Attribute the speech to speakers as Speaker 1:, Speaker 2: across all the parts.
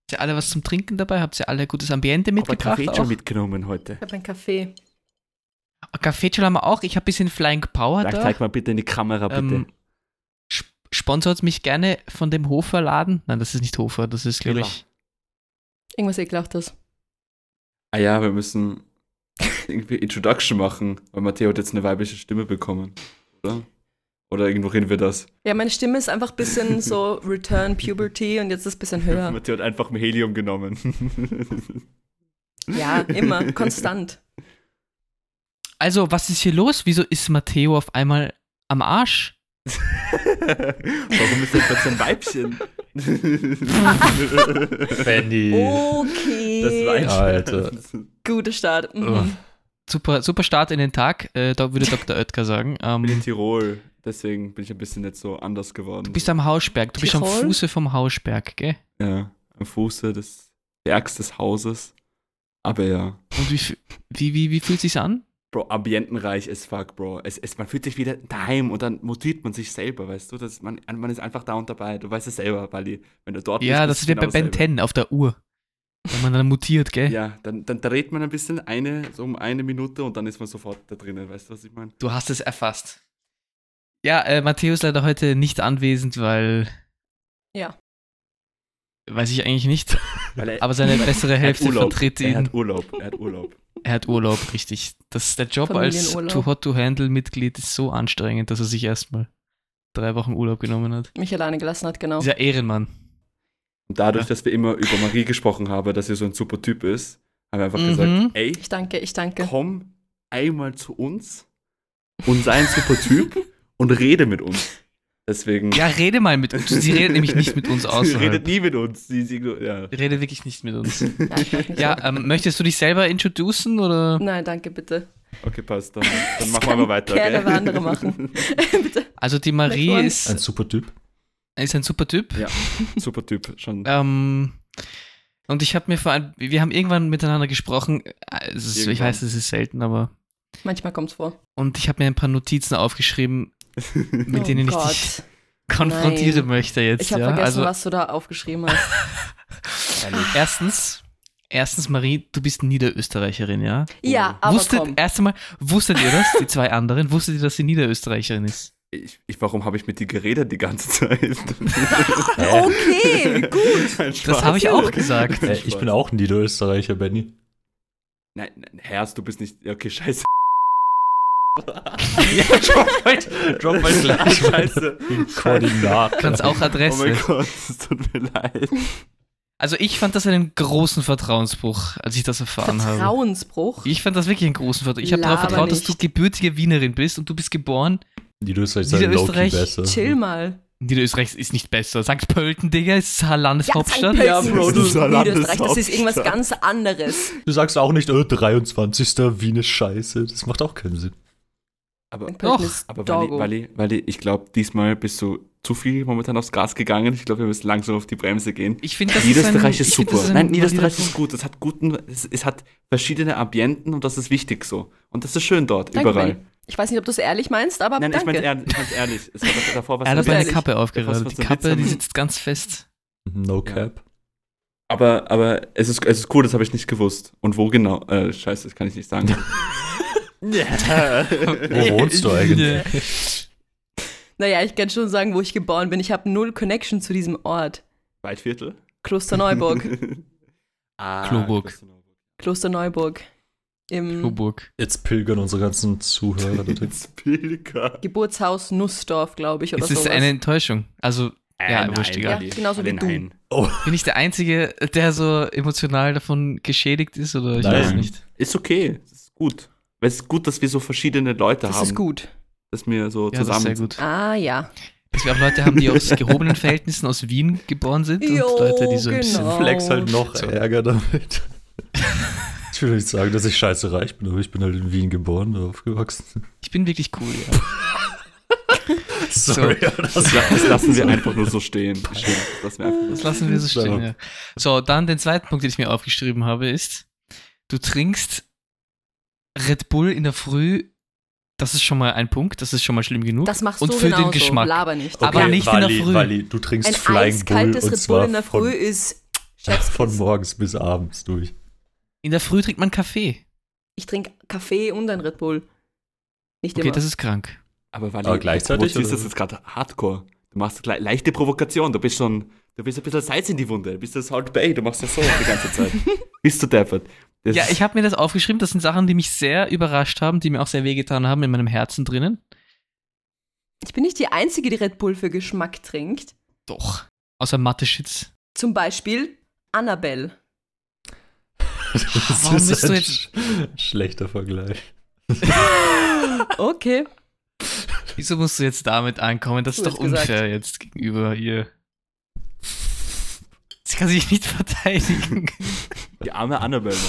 Speaker 1: Habt ihr alle was zum Trinken dabei? Habt ihr alle gutes Ambiente
Speaker 2: Aber
Speaker 1: mitgebracht?
Speaker 2: Kaffee
Speaker 1: auch?
Speaker 2: schon mitgenommen heute.
Speaker 3: Ich habe einen Kaffee.
Speaker 1: Kaffeejournal haben wir auch. Ich habe ein bisschen Flying Power
Speaker 2: Sag,
Speaker 1: da.
Speaker 2: zeig mal bitte in die Kamera, bitte.
Speaker 1: Ähm, sp- sponsort mich gerne von dem Hofer-Laden. Nein, das ist nicht Hofer, das ist, glaube
Speaker 2: Hiller.
Speaker 1: ich.
Speaker 3: Irgendwas ekelhaftes.
Speaker 4: Ah ja, wir müssen irgendwie Introduction machen, weil Matteo hat jetzt eine weibliche Stimme bekommen, oder? Oder ignorieren wir das?
Speaker 3: Ja, meine Stimme ist einfach ein bisschen so Return Puberty und jetzt ist es ein bisschen höher.
Speaker 4: Matteo hat einfach mehr Helium genommen.
Speaker 3: Ja, immer, konstant.
Speaker 1: Also, was ist hier los? Wieso ist Matteo auf einmal am Arsch?
Speaker 2: Warum ist das jetzt ein Weibchen?
Speaker 5: Benny.
Speaker 3: Okay.
Speaker 5: Alter.
Speaker 3: Guter Start.
Speaker 5: Ugh.
Speaker 1: Oh.
Speaker 3: Mhm.
Speaker 1: Super, super Start in den Tag, äh, da würde Dr. Oetker sagen.
Speaker 4: Ich bin in
Speaker 1: Ähm,
Speaker 4: Tirol, deswegen bin ich ein bisschen jetzt so anders geworden.
Speaker 1: du bist am Hausberg, du bist am
Speaker 3: Tirol?
Speaker 1: Fuße vom Hausberg, gell?
Speaker 4: ja, am Fuße des Bergs des Hauses. Aber ja.
Speaker 1: Und wie, f- wie, wie, wie fühlt sich's an?
Speaker 4: Bro, ambientenreich as fuck, Bro. Es, es, man fühlt sich wieder daheim und dann motiviert man sich selber, weißt du? Das, man, man ist einfach da und dabei. Du weißt es selber, Bali. Wenn du dort
Speaker 1: Ja,
Speaker 4: bist,
Speaker 1: das
Speaker 4: bist
Speaker 1: ist
Speaker 4: du
Speaker 1: wie bei
Speaker 4: genau
Speaker 1: Ben
Speaker 4: selber.
Speaker 1: 10 auf der Uhr. Wenn man dann mutiert, gell?
Speaker 4: Ja, dann, dann dreht man ein bisschen, eine, so um eine Minute und dann ist man sofort da drinnen, weißt du, was ich meine?
Speaker 1: Du hast es erfasst. Ja, äh, Matteo ist leider heute nicht anwesend, weil.
Speaker 3: Ja.
Speaker 1: Weiß ich eigentlich nicht.
Speaker 2: Weil er-
Speaker 1: Aber seine bessere
Speaker 2: er hat
Speaker 1: Hälfte
Speaker 2: Urlaub.
Speaker 1: vertritt
Speaker 4: Er
Speaker 1: ihn.
Speaker 4: hat Urlaub, er hat Urlaub.
Speaker 1: Er hat Urlaub, richtig. Das ist der Job als
Speaker 3: Familienurlaub.
Speaker 1: Too Hot to Handle Mitglied ist so anstrengend, dass er sich erstmal drei Wochen Urlaub genommen hat.
Speaker 3: Mich alleine gelassen hat, genau.
Speaker 1: Dieser Ehrenmann.
Speaker 4: Und dadurch,
Speaker 1: Ja.
Speaker 4: dass wir immer über Marie gesprochen haben, dass sie so ein super Typ ist, haben wir einfach
Speaker 1: Mhm.
Speaker 4: gesagt, ey,
Speaker 3: Ich danke, ich danke.
Speaker 4: komm einmal zu uns und sei ein super Typ und rede mit uns. Deswegen.
Speaker 1: Ja, rede mal mit uns. Sie redet nämlich nicht mit uns aus.
Speaker 4: Sie redet nie mit uns. Sie, sie, igno- ja.
Speaker 1: redet wirklich nicht mit uns.
Speaker 3: Nein, ich mag nicht.
Speaker 1: Ja, ähm, möchtest du dich selber introducen oder?
Speaker 3: Nein, danke, bitte.
Speaker 4: Okay, passt. Dann, dann
Speaker 3: Das
Speaker 4: machen wir
Speaker 3: kann
Speaker 4: mal weiter.
Speaker 3: gerne
Speaker 4: gell?
Speaker 3: wer andere machen. bitte.
Speaker 1: Also die Marie
Speaker 3: Next
Speaker 5: Ein
Speaker 1: ist,
Speaker 5: super Typ.
Speaker 1: ist ein super Typ.
Speaker 4: Super Typ. Schon.
Speaker 1: Ähm, und ich habe mir vor allem, wir haben irgendwann miteinander gesprochen. äh, Es ist, ich
Speaker 4: Irgendwann.
Speaker 1: weiß, es ist selten, aber.
Speaker 3: Manchmal kommt's vor.
Speaker 1: Und ich habe mir ein paar Notizen aufgeschrieben, mit
Speaker 3: oh
Speaker 1: denen ich
Speaker 3: Gott.
Speaker 1: dich konfrontieren
Speaker 3: Nein.
Speaker 1: möchte jetzt.
Speaker 3: Ich habe
Speaker 1: ja?
Speaker 3: vergessen,
Speaker 1: also,
Speaker 3: was du da aufgeschrieben hast.
Speaker 1: Erstens, erstens, Marie, du bist Niederösterreicherin, ja?
Speaker 3: ja, aber
Speaker 1: Oh. wusstet,
Speaker 3: komm.
Speaker 1: erst einmal, wusstet ihr das, die zwei anderen? Wusstet ihr, dass sie Niederösterreicherin ist?
Speaker 4: Ich, ich, warum habe ich mit dir geredet die ganze Zeit?
Speaker 3: Oh. Okay, gut.
Speaker 4: Ein Spaß.
Speaker 1: Das habe ich auch gesagt.
Speaker 5: Äh, ich bin auch Niederösterreicher, Benny.
Speaker 4: Nein, nein, Herz, du bist nicht. ja, Okay, scheiße.
Speaker 5: Drop mal gleich
Speaker 4: Scheiße.
Speaker 5: Koordinaten.
Speaker 1: Kannst auch
Speaker 4: Oh mein
Speaker 1: Adresse.
Speaker 4: Gott, es tut mir leid.
Speaker 1: also ich fand das einen großen Vertrauensbruch, als ich das erfahren habe.
Speaker 3: Vertrauensbruch.
Speaker 1: Ich fand das wirklich einen großen Vertrauensbruch. Ich habe darauf
Speaker 3: Laber
Speaker 1: vertraut, dass du
Speaker 3: nicht.
Speaker 1: gebürtige Wienerin bist und du bist geboren.
Speaker 5: Niederösterreich ist halt low-key
Speaker 1: Niederösterreich,
Speaker 5: besser.
Speaker 3: Chill mal.
Speaker 1: Niederösterreich ist nicht besser. St. Pölten, Digga, ist Landeshauptstadt.
Speaker 3: Ja,
Speaker 4: Ja, Bro,
Speaker 3: Bro,
Speaker 4: du
Speaker 3: das ist
Speaker 4: Salat ist
Speaker 3: Niederösterreich, das ist irgendwas
Speaker 4: Hauptstadt.
Speaker 3: ganz anderes.
Speaker 5: Du sagst auch nicht, oh, 23. Wien ist scheiße. Das macht auch keinen Sinn.
Speaker 4: Aber,
Speaker 3: Ein
Speaker 1: Doch,
Speaker 3: Pötnis
Speaker 4: aber Wally,
Speaker 3: Doggo.
Speaker 4: Wally, Wally, ich glaube, diesmal bist du zu viel momentan aufs Gas gegangen. Ich glaube, wir müssen langsam auf die Bremse gehen.
Speaker 1: Ich finde, das
Speaker 4: Niederösterreich
Speaker 1: ist, ein,
Speaker 4: ist
Speaker 1: ich find,
Speaker 4: super.
Speaker 1: das ist ein
Speaker 4: Nein, Niederösterreich
Speaker 1: valider
Speaker 4: ist gut. Es hat guten, es, es hat verschiedene Ambienten und das ist wichtig so. Und das ist schön dort,
Speaker 3: Danke,
Speaker 4: überall.
Speaker 3: Benny. Ich weiß nicht, ob du es ehrlich meinst, aber
Speaker 4: Nein, ich
Speaker 3: danke.
Speaker 4: mein's ehrlich, ich mein's ehrlich. Es war doch davor was
Speaker 1: Er hat
Speaker 4: ein
Speaker 1: meine
Speaker 4: Witz.
Speaker 1: Kappe
Speaker 4: Was-
Speaker 1: aufgerollt.
Speaker 4: was
Speaker 1: Die
Speaker 4: ein Witz
Speaker 1: Kappe, die
Speaker 4: am-
Speaker 1: sitzt ganz fest.
Speaker 5: No
Speaker 4: Ja.
Speaker 5: cap.
Speaker 4: Aber, aber es ist, es ist cool, das habe ich nicht gewusst. Und wo genau? Äh, scheiße, das kann ich nicht sagen.
Speaker 5: Wo wohnst du eigentlich?
Speaker 3: Naja, ich kann schon sagen, wo ich geboren bin. Ich habe null Connection zu diesem Ort.
Speaker 4: Waldviertel?
Speaker 3: Klosterneuburg.
Speaker 4: ah,
Speaker 1: Kloburg.
Speaker 4: Klosterneuburg.
Speaker 3: Klosterneuburg. Im
Speaker 1: Coburg.
Speaker 5: Jetzt pilgern unsere ganzen Zuhörer. da drin.
Speaker 4: Jetzt Pilger.
Speaker 3: Geburtshaus Nussdorf, glaube ich, oder
Speaker 1: Es ist
Speaker 3: sowas.
Speaker 1: eine Enttäuschung. Also Ja,
Speaker 4: Äh, nein,
Speaker 1: wurscht, egal.
Speaker 4: Wally.
Speaker 3: Ja, genauso wie
Speaker 4: Wally,
Speaker 3: du.
Speaker 4: nein.
Speaker 1: bin ich der Einzige, der so emotional davon geschädigt ist oder ich
Speaker 5: Nein.
Speaker 1: weiß nicht.
Speaker 4: Ist okay, es ist gut. Weil Es ist gut, dass wir so verschiedene Leute
Speaker 3: das
Speaker 4: haben.
Speaker 3: ist gut.
Speaker 4: Dass wir so
Speaker 1: Ja, das ist
Speaker 4: zusammen
Speaker 1: sehr gut.
Speaker 3: Ah ja.
Speaker 1: Dass wir auch Leute haben, die aus gehobenen Verhältnissen aus Wien geboren sind
Speaker 3: Jo,
Speaker 1: und Leute, die so ein
Speaker 3: genau.
Speaker 1: bisschen.
Speaker 5: Flex halt noch
Speaker 1: So.
Speaker 5: Ärger damit. Ich will nicht sagen, dass ich scheiße reich bin, aber ich bin halt in Wien geboren und aufgewachsen.
Speaker 1: Ich bin wirklich cool, ja.
Speaker 5: Sorry,
Speaker 1: So.
Speaker 5: aber das
Speaker 4: Das, la- das lassen wir einfach nur so stehen. Stimmt, Das lassen wir einfach nur
Speaker 1: Das
Speaker 4: so
Speaker 1: lassen wir so
Speaker 5: So.
Speaker 1: stehen. Ja. So, dann den zweiten Punkt, den ich mir aufgeschrieben habe, ist, du trinkst Red Bull in der Früh. Das ist schon mal ein Punkt, das ist schon mal schlimm genug.
Speaker 3: Das machst
Speaker 1: Und
Speaker 3: du
Speaker 1: für
Speaker 3: genauso.
Speaker 1: den Geschmack.
Speaker 3: Laber nicht.
Speaker 1: Aber nicht in der Früh.
Speaker 5: Wally, du trinkst
Speaker 3: Ein
Speaker 5: Flying Bull
Speaker 3: eiskaltes
Speaker 5: und
Speaker 3: Red Bull
Speaker 5: zwar
Speaker 3: in der Früh
Speaker 5: von
Speaker 3: ist Chefskiss.
Speaker 5: Von morgens bis abends durch.
Speaker 1: In der Früh trinkt man Kaffee.
Speaker 3: Ich trinke Kaffee und ein Red Bull. Nicht
Speaker 1: Okay,
Speaker 3: immer.
Speaker 1: das ist krank.
Speaker 4: Aber weil
Speaker 5: Aber
Speaker 4: ich-
Speaker 5: gleichzeitig,
Speaker 4: du ist das
Speaker 5: oder?
Speaker 4: jetzt gerade hardcore. Du machst le leichte Provokation, du bist schon, du bist ein bisschen Salz in die Wunde, du bist das Salt Bay, du machst das so die ganze Zeit. bist du deppert. Das
Speaker 1: Ja,
Speaker 4: ist-
Speaker 1: ich habe mir das aufgeschrieben. Das sind Sachen, die mich sehr überrascht haben, die mir auch sehr wehgetan haben in meinem Herzen drinnen.
Speaker 3: ich bin nicht die Einzige, die Red Bull für Geschmack trinkt.
Speaker 1: Doch. Außer Mathe-Shits.
Speaker 3: Zum Beispiel Annabelle.
Speaker 5: Das
Speaker 1: Warum bist du
Speaker 5: ein
Speaker 1: jetzt-
Speaker 5: sch- schlechter Vergleich.
Speaker 3: Okay.
Speaker 1: Wieso musst du jetzt damit ankommen? Das
Speaker 3: Du
Speaker 1: ist doch
Speaker 3: hast gesagt.
Speaker 1: unfair jetzt gegenüber ihr. Sie kann sich nicht verteidigen.
Speaker 4: die arme Annabelle. Mann.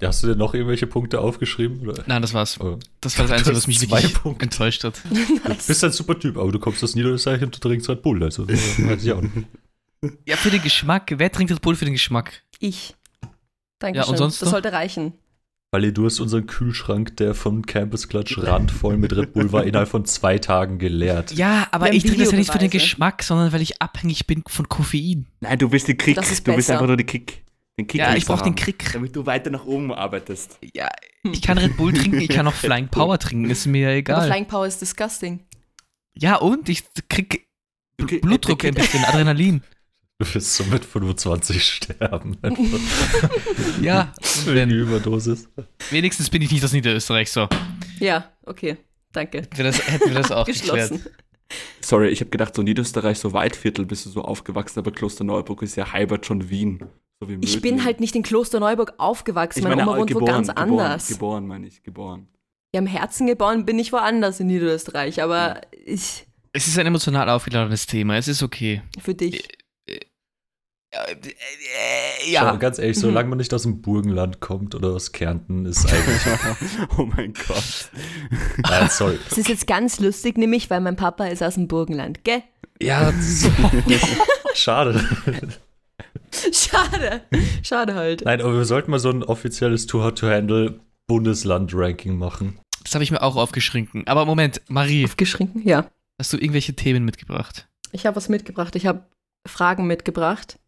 Speaker 5: Ja, hast du denn noch irgendwelche Punkte aufgeschrieben? Oder?
Speaker 1: Nein, das war's.
Speaker 5: Oh.
Speaker 1: Das war das Einzige, was mich
Speaker 5: Zwei
Speaker 1: wirklich
Speaker 5: Punkte.
Speaker 1: enttäuscht hat.
Speaker 5: Du bist ein super Typ, aber du kommst aus Niederösterreich und du trinkst Red Bull. Also, das weiß ich auch nicht.
Speaker 1: Ja, für den Geschmack. Wer trinkt Red Bull für den Geschmack?
Speaker 3: Ich. Dankeschön.
Speaker 1: Ja, und sonst
Speaker 3: das
Speaker 1: noch?
Speaker 3: sollte reichen.
Speaker 5: Weil du hast unseren Kühlschrank, der von Campus Klatsch randvoll mit Red Bull war, innerhalb von zwei Tagen geleert.
Speaker 1: Ja, aber
Speaker 3: Wir haben
Speaker 1: ich trinke das ja nicht für den
Speaker 3: Videobeweise.
Speaker 1: Geschmack, sondern weil ich abhängig bin von Koffein.
Speaker 4: Nein, du willst den Kick,
Speaker 3: Das ist
Speaker 4: du willst
Speaker 3: besser.
Speaker 4: einfach nur den Kick. Den Kick
Speaker 1: Ja, ich
Speaker 4: willst du
Speaker 1: brauche den
Speaker 4: haben,
Speaker 1: Krieg.
Speaker 4: Damit du weiter nach oben arbeitest.
Speaker 1: Ja, ich kann Red Bull trinken, ich kann auch Flying Power trinken, ist mir ja
Speaker 3: Aber
Speaker 1: egal.
Speaker 3: Flying Power ist disgusting.
Speaker 1: Ja, und ich krieg
Speaker 4: Du krieg-
Speaker 1: Blutdruck ein bisschen, Adrenalin.
Speaker 5: Du wirst so mit 25 sterben.
Speaker 1: Ja,
Speaker 5: Wenn die Überdosis.
Speaker 1: wenigstens bin ich nicht aus Niederösterreich, so.
Speaker 3: Ja, okay. Danke.
Speaker 1: Hätten wir das, hätten wir das auch geklärt.
Speaker 3: Geschlossen.
Speaker 4: Sorry, ich habe gedacht, so Niederösterreich, so Waldviertel bist du so aufgewachsen, aber Klosterneuburg ist ja halbert schon Wien. So wie
Speaker 3: Ich bin
Speaker 4: Mödling.
Speaker 3: halt nicht in Klosterneuburg aufgewachsen.
Speaker 4: ich
Speaker 3: Meine
Speaker 4: meine,
Speaker 3: Oma wohnt wo
Speaker 4: geboren,
Speaker 3: ganz
Speaker 4: geboren,
Speaker 3: anders.
Speaker 4: Geboren, meine ich, geboren.
Speaker 3: Ja, im Herzen geboren bin ich woanders in Niederösterreich, aber ich,
Speaker 1: Es ist ein emotional aufgeladenes Thema, es ist okay.
Speaker 3: für dich.
Speaker 5: Ja. Aber ganz ehrlich,
Speaker 1: Mhm.
Speaker 5: solange man nicht aus dem Burgenland kommt oder aus Kärnten, ist eigentlich.
Speaker 4: oh mein Gott.
Speaker 5: Nein, sorry.
Speaker 3: Es ist jetzt ganz lustig, nämlich, weil mein Papa ist aus dem Burgenland, gell?
Speaker 5: Ja, so. schade.
Speaker 3: Schade. Schade halt.
Speaker 5: Nein, aber wir sollten mal so ein offizielles Too Hot to Handle Bundesland-Ranking machen.
Speaker 1: Das habe ich mir auch aufgeschrinken. Aber Moment, Marie,
Speaker 3: Geschrinken? Ja.
Speaker 1: hast du irgendwelche Themen mitgebracht?
Speaker 3: Ich habe was mitgebracht. Ich habe Fragen mitgebracht,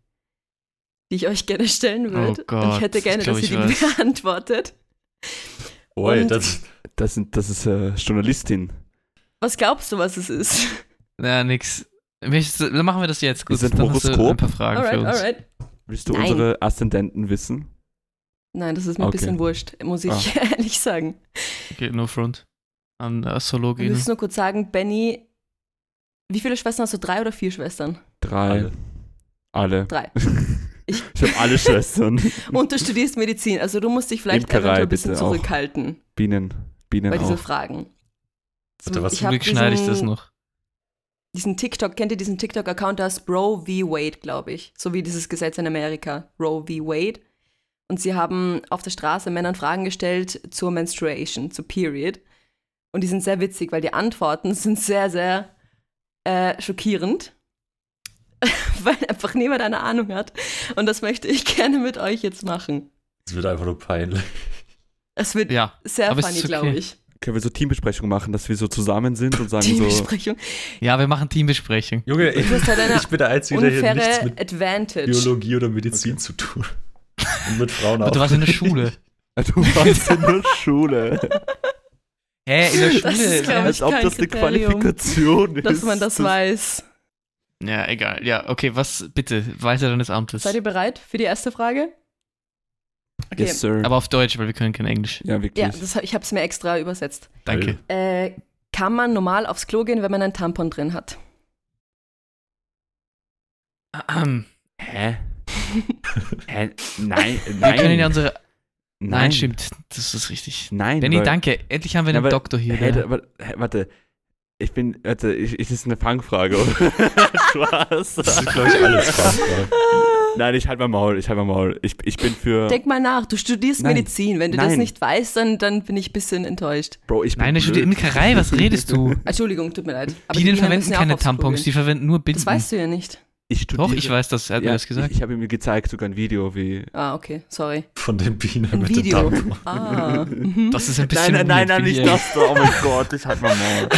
Speaker 3: die ich euch gerne stellen
Speaker 1: Oh
Speaker 3: würde. Und
Speaker 1: Gott,
Speaker 3: ich hätte gerne,
Speaker 1: ich glaub,
Speaker 3: dass ihr
Speaker 1: ich
Speaker 3: die
Speaker 1: weiß.
Speaker 3: beantwortet.
Speaker 5: Oi,
Speaker 3: Und-
Speaker 5: das,
Speaker 4: Das, sind, das ist äh, Journalistin.
Speaker 3: Was glaubst du, was es ist?
Speaker 1: Na, nix. Möchtest du- Dann machen wir das jetzt. Gut,
Speaker 4: Ist das ein
Speaker 1: dann hast du ein
Speaker 4: Horoskop?
Speaker 1: paar Fragen für
Speaker 3: alright,
Speaker 1: uns.
Speaker 3: alright.
Speaker 4: Willst du
Speaker 3: Nein.
Speaker 4: unsere Aszendenten wissen?
Speaker 3: Nein, das ist mir ein
Speaker 4: Okay.
Speaker 3: bisschen wurscht, muss ich
Speaker 1: Ah.
Speaker 3: ehrlich sagen.
Speaker 1: Okay, no front. An
Speaker 3: Wir
Speaker 1: Astrologin.
Speaker 3: müssen nur kurz sagen, Benny, wie viele Schwestern hast du? Drei oder vier Schwestern?
Speaker 4: Drei. Alle.
Speaker 3: Drei. Ich- Oh.
Speaker 4: Ich, habe alle Schwestern.
Speaker 3: Und du studierst Medizin, also du musst dich vielleicht
Speaker 4: Imkerei
Speaker 3: eventuell ein bisschen
Speaker 4: bitte auch.
Speaker 3: zurückhalten
Speaker 4: Bienen. Bienen
Speaker 3: bei diesen
Speaker 4: auch.
Speaker 3: Fragen.
Speaker 5: Warte, was
Speaker 3: Ich
Speaker 1: Zum
Speaker 3: hab
Speaker 1: Glück Genau. schneide ich
Speaker 3: diesen-
Speaker 1: das noch.
Speaker 3: Diesen TikTok, kennt ihr diesen TikTok-Account? Da ist Roe v. Wade, glaube ich. So wie dieses Gesetz in Amerika, Roe v. Wade. Und sie haben auf der Straße Männern Fragen gestellt zur Menstruation, zur Period. Und die sind sehr witzig, weil die Antworten sind sehr, sehr äh, schockierend. weil einfach niemand eine Ahnung hat. Und das möchte ich gerne mit euch jetzt machen.
Speaker 5: das wird einfach nur peinlich.
Speaker 3: Es wird
Speaker 1: Ja.
Speaker 3: sehr
Speaker 1: aber es
Speaker 3: funny,
Speaker 1: ist okay.
Speaker 3: glaube ich.
Speaker 4: Können wir so Teambesprechungen machen, dass wir so zusammen sind und sagen so.
Speaker 3: Teambesprechung.
Speaker 1: Ja, wir machen Teambesprechung.
Speaker 5: Junge,
Speaker 3: Du hast halt eine
Speaker 5: ich bin der Einzige, der hier nichts
Speaker 3: unfaire
Speaker 5: mit
Speaker 3: Advantage.
Speaker 5: Biologie oder Medizin zu tun. Und mit Frauen
Speaker 1: Aber
Speaker 5: auch.
Speaker 1: du warst in der Schule.
Speaker 4: Du warst in der Schule.
Speaker 1: Hä, in der
Speaker 3: Das ist,
Speaker 1: Schule?
Speaker 3: glaub
Speaker 4: Als
Speaker 3: ich,
Speaker 4: ob
Speaker 3: kein
Speaker 4: das eine
Speaker 3: Kriterium,
Speaker 4: Qualifikation ist.
Speaker 3: Dass man das weiß.
Speaker 1: Ja, egal. Ja, okay, was, bitte, weiter deines Amtes.
Speaker 3: Seid ihr bereit für die erste Frage? Okay.
Speaker 4: Yes, sir.
Speaker 1: Aber auf Deutsch, weil wir können kein Englisch.
Speaker 4: ja, wirklich.
Speaker 3: ja, das, hab- ich habe es mir extra übersetzt.
Speaker 1: Danke.
Speaker 3: Äh, kann man normal aufs Klo gehen, wenn man einen Tampon drin hat?
Speaker 1: Ahem.
Speaker 4: Hä? Hä? Nein,
Speaker 1: Wir
Speaker 4: nein.
Speaker 1: können ja unsere.
Speaker 4: nein,
Speaker 1: Nein, stimmt. Das ist richtig.
Speaker 4: Nein,
Speaker 1: Benny,
Speaker 4: weil-
Speaker 1: danke. Endlich haben wir
Speaker 4: Ja,
Speaker 1: einen
Speaker 4: aber-
Speaker 1: Doktor hier.
Speaker 4: Hä,
Speaker 1: der-
Speaker 4: da- wa- hä, warte, ich bin, warte, ich, ist das eine Fangfrage? oder?
Speaker 5: Das
Speaker 4: Spaß.
Speaker 5: ist, glaube ich, alles fassbar.
Speaker 4: Nein, ich halte mein Maul, ich halte mein Maul. Ich, ich bin für,
Speaker 3: Denk mal nach, du studierst
Speaker 4: Nein.
Speaker 3: Medizin. Wenn du das
Speaker 4: Nein.
Speaker 3: nicht weißt, dann, dann bin ich ein bisschen enttäuscht.
Speaker 4: Bro, ich bin
Speaker 1: Nein, der
Speaker 4: blöd.
Speaker 1: studiert Imkerei. Was redest du?
Speaker 3: Entschuldigung, tut mir leid. Aber
Speaker 1: die
Speaker 3: die
Speaker 1: denn
Speaker 3: Männer
Speaker 1: verwenden
Speaker 3: müssen ja auch
Speaker 1: keine
Speaker 3: aufs Klo
Speaker 1: Tampons, die
Speaker 3: gehen.
Speaker 1: verwenden nur Binden.
Speaker 3: Das weißt du ja nicht.
Speaker 4: Ich studiere.
Speaker 1: Doch, ich weiß das. Er hat
Speaker 4: Ja,
Speaker 1: mir das gesagt.
Speaker 4: Ich, ich habe ihm gezeigt, sogar ein Video, wie...
Speaker 3: Ah, okay, sorry.
Speaker 5: Von den Bienen
Speaker 3: Ein
Speaker 5: mit
Speaker 3: Video.
Speaker 5: dem Tampon.
Speaker 3: Ah, mhm.
Speaker 1: das ist ein bisschen.
Speaker 4: nein, nein,
Speaker 1: weird,
Speaker 4: nein, nein, nicht
Speaker 1: Billy.
Speaker 4: das. Oh halt mein Gott, ich halte mein Maul.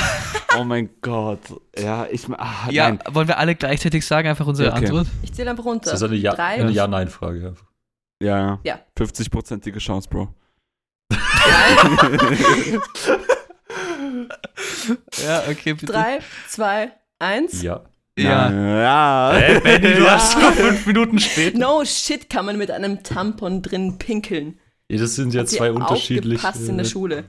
Speaker 4: Oh mein Gott. Ja, ich. Ah,
Speaker 1: Ja,
Speaker 4: Nein.
Speaker 1: wollen wir alle gleichzeitig sagen, einfach unsere
Speaker 4: Okay.
Speaker 1: Antwort?
Speaker 3: Ich zähle einfach
Speaker 5: Das
Speaker 3: runter.
Speaker 5: ist eine Ja-
Speaker 3: Drei,
Speaker 5: eine Ja-Nein-Frage.
Speaker 4: Ja,
Speaker 3: Ja.
Speaker 4: 50-prozentige Chance, Bro.
Speaker 1: Ja, okay, bitte.
Speaker 3: drei, zwei, eins.
Speaker 5: Ja.
Speaker 1: Ja.
Speaker 4: Ja.
Speaker 5: Benny, du hast vor fünf Minuten spät.
Speaker 3: No shit kann man mit einem Tampon drin pinkeln.
Speaker 5: Das sind ja
Speaker 3: Habt ihr
Speaker 5: zwei unterschiedliche. äh,
Speaker 3: Aufgepasst
Speaker 1: äh,
Speaker 3: in der Schule.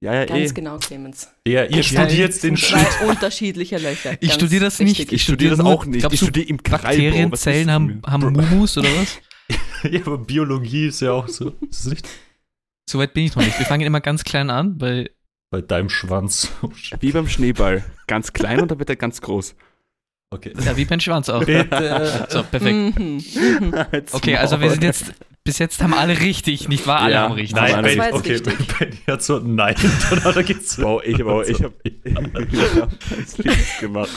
Speaker 4: Ja, ja,
Speaker 3: Ganz
Speaker 4: eh.
Speaker 3: genau, Clemens.
Speaker 5: Ja, ihr studiert den Shit.
Speaker 3: Zwei unterschiedliche Löcher.
Speaker 1: Ich
Speaker 3: Ganz
Speaker 1: studiere das
Speaker 3: richtig.
Speaker 1: nicht.
Speaker 4: Ich studiere das
Speaker 1: nur-
Speaker 4: auch nicht. Ich
Speaker 1: Glaubst du,
Speaker 4: studiere im Krall, Bro. Was
Speaker 1: Bakterienzellen
Speaker 4: ist
Speaker 1: haben,
Speaker 4: mit mir?
Speaker 1: haben
Speaker 4: Bro.
Speaker 1: Mumus oder was?
Speaker 5: Ja, aber Biologie ist ja auch so. Das ist nicht
Speaker 1: Soweit bin ich noch nicht. Wir fangen immer ganz klein an, weil
Speaker 5: bei deinem Schwanz. Oh, shit.
Speaker 4: Wie beim Schneeball. Ganz klein und dann wird er ganz groß.
Speaker 5: Okay.
Speaker 1: ja, wie mein Schwanz auch.
Speaker 5: Bitte.
Speaker 1: So, perfekt.
Speaker 3: Mhm.
Speaker 4: Halt's
Speaker 1: Okay, also wir
Speaker 4: Maul.
Speaker 1: sind jetzt, bis jetzt haben alle richtig, nicht wahr? Alle
Speaker 4: Ja.
Speaker 1: haben richtig.
Speaker 4: Nein,
Speaker 5: Nein,
Speaker 4: das
Speaker 5: Benny,
Speaker 3: war jetzt
Speaker 5: okay, Benny hat so Nein, Also, dann hat er gezogen.
Speaker 4: Bro, ich habe ich hab, ich hab das Licht gemacht.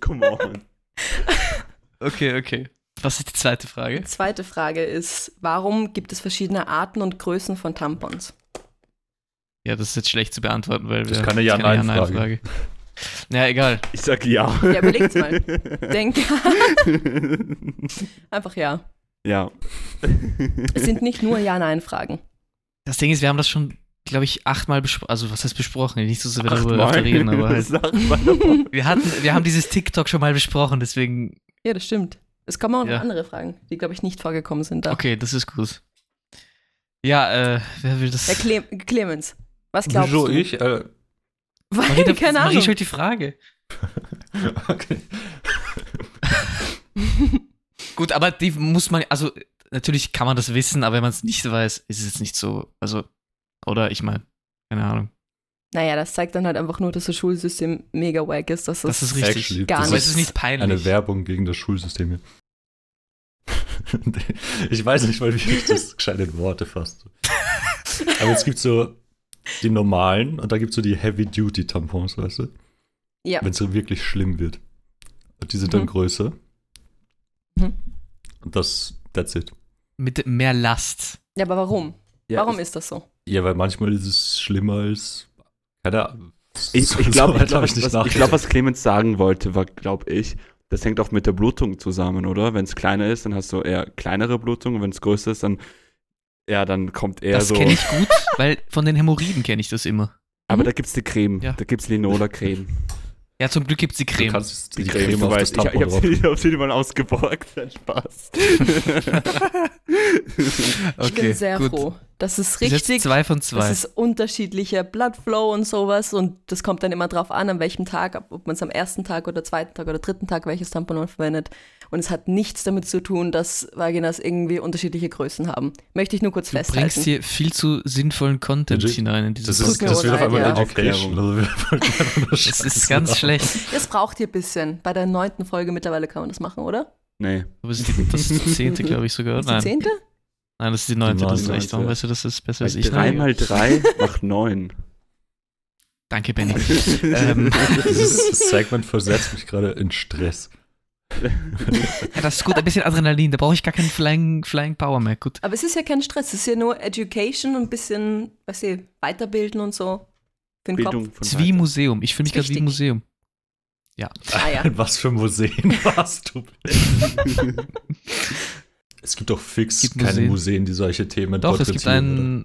Speaker 4: Come on.
Speaker 1: Okay, okay. Was ist die zweite Frage?
Speaker 3: Zweite Frage ist, warum gibt es verschiedene Arten und Größen von Tampons?
Speaker 1: Ja, das ist jetzt schlecht zu beantworten, weil wir.
Speaker 5: Das ist keine Ja-Nein-Frage.
Speaker 1: Ja, egal.
Speaker 4: Ich sag ja.
Speaker 3: Ja, überlegt's mal. Denk einfach ja.
Speaker 4: Ja.
Speaker 3: Es sind nicht nur Ja-Nein-Fragen.
Speaker 1: Das Ding ist, wir haben das schon, glaube ich, achtmal besprochen. Also, was heißt besprochen? Nicht so, dass wir darüber öfter
Speaker 4: Achtmal.
Speaker 1: reden, aber halt.
Speaker 4: Sag mal.
Speaker 1: Wir, hatten, wir haben dieses TikTok schon mal besprochen, deswegen.
Speaker 3: Ja, das stimmt. Es kommen auch noch
Speaker 1: Ja.
Speaker 3: andere Fragen, die, glaube ich, nicht vorgekommen sind da.
Speaker 1: Okay, das ist gut. Ja, äh, wer will das?
Speaker 3: Herr Cle Clemens, was glaubst
Speaker 5: Wieso
Speaker 3: du?
Speaker 5: ich? Äh,
Speaker 3: Weil,
Speaker 1: Marie,
Speaker 3: keine
Speaker 1: Marie
Speaker 3: Ahnung.
Speaker 1: stellt die Frage.
Speaker 5: okay.
Speaker 1: Gut, aber die muss man, also natürlich kann man das wissen, aber wenn man es nicht weiß, ist es jetzt nicht so. Also, oder ich meine, keine Ahnung.
Speaker 3: Naja, das zeigt dann halt einfach nur, dass das Schulsystem mega wack ist. Dass das
Speaker 1: Das ist richtig.
Speaker 5: Actually,
Speaker 3: gar
Speaker 5: das
Speaker 1: aber
Speaker 3: nicht.
Speaker 1: es ist nicht peinlich.
Speaker 5: Eine Werbung gegen das Schulsystem hier. ich weiß nicht mal, wie ich das gescheit in Worte fasse. Aber es gibt so die normalen und da gibt es so die Heavy-Duty-Tampons, weißt du?
Speaker 3: ja.
Speaker 5: Wenn es wirklich schlimm wird. Und die sind dann
Speaker 3: Mhm.
Speaker 5: größer.
Speaker 3: Mhm.
Speaker 5: Und das, that's it.
Speaker 1: Mit mehr Last.
Speaker 3: ja, aber warum?
Speaker 4: Ja,
Speaker 3: warum ist das so?
Speaker 5: Ja, weil manchmal ist es schlimmer als. Keine Ahnung.
Speaker 4: Ich, ich glaube, ich glaub, was, was, ich glaub,
Speaker 5: nachgedacht.
Speaker 4: was Clemens sagen wollte, war, glaube ich, das hängt auch mit der Blutung zusammen, oder? Wenn es kleiner ist, dann hast du eher kleinere Blutung und wenn es größer ist, dann ja, dann kommt eher
Speaker 1: das
Speaker 4: so.
Speaker 1: kenne ich gut, weil von den Hämorrhoiden kenne ich das immer.
Speaker 4: Aber da gibt's die Creme,
Speaker 1: Ja.
Speaker 4: da gibt's Linola-Creme.
Speaker 1: Ja, zum Glück gibt es die
Speaker 5: Du
Speaker 1: Creme.
Speaker 5: kannst die, Creme, auf das
Speaker 4: weißt, ich, ich
Speaker 5: Tampon
Speaker 4: hab
Speaker 5: drauf.
Speaker 4: sie, ich hab sie mal ausgeborgt, dann Spaß.
Speaker 3: Ich bin sehr froh. Das ist
Speaker 1: Bis
Speaker 3: richtig.
Speaker 1: Jetzt zwei von
Speaker 3: Das
Speaker 1: zwei.
Speaker 3: ist unterschiedlicher Bloodflow und sowas und das kommt dann immer drauf an, an welchem Tag, ob- ob man es am ersten Tag oder zweiten Tag oder dritten Tag welches Tampon man verwendet. Und es hat nichts damit zu tun, dass Vaginas irgendwie unterschiedliche Größen haben. Möchte ich nur kurz
Speaker 1: Du
Speaker 3: festhalten.
Speaker 1: bringst hier viel zu sinnvollen Content
Speaker 5: Legit.
Speaker 1: hinein in
Speaker 5: Das,
Speaker 1: dieses
Speaker 5: ist,
Speaker 3: mir
Speaker 5: das wird auf
Speaker 3: leid,
Speaker 5: einmal
Speaker 3: ja.
Speaker 5: Education. Also wir wollen einfach nur
Speaker 1: Das ist
Speaker 5: Scheiße
Speaker 1: ganz
Speaker 5: machen.
Speaker 1: schlecht.
Speaker 3: das braucht ihr ein bisschen. Bei der neunten Folge mittlerweile kann man das machen, oder?
Speaker 4: nee.
Speaker 1: Aber es ist die, das ist die zehnte, glaube ich sogar.
Speaker 3: Ist die
Speaker 1: Nein.
Speaker 3: zehnte?
Speaker 1: Nein, das ist die neunte. Das ist
Speaker 5: neunte.
Speaker 1: echt. Warum weißt du, das ist besser als ich?
Speaker 4: Drei mal drei macht neun.
Speaker 1: Danke, Benny. ähm,
Speaker 5: Dieses Segment versetzt mich gerade in Stress.
Speaker 1: ja, das ist gut. Ein bisschen Adrenalin. Da brauche ich gar keinen Flying, Flying Power mehr. Gut.
Speaker 3: Aber es ist ja kein Stress, es ist ja nur Education und ein bisschen, weiß ich, weiterbilden und so. Für den
Speaker 4: Bildung von
Speaker 1: Es ist wie im Museum. Ich fühle mich gerade
Speaker 3: Ist
Speaker 1: wie im
Speaker 3: wichtig.
Speaker 1: Museum.
Speaker 3: Kopf. Ah ja.
Speaker 5: In was für Museen warst du? es gibt doch fix
Speaker 1: Gibt
Speaker 5: keine
Speaker 1: Museen.
Speaker 5: Museen, die solche Themen
Speaker 1: Doch, es gibt
Speaker 5: porträtieren,
Speaker 1: ein.
Speaker 5: oder?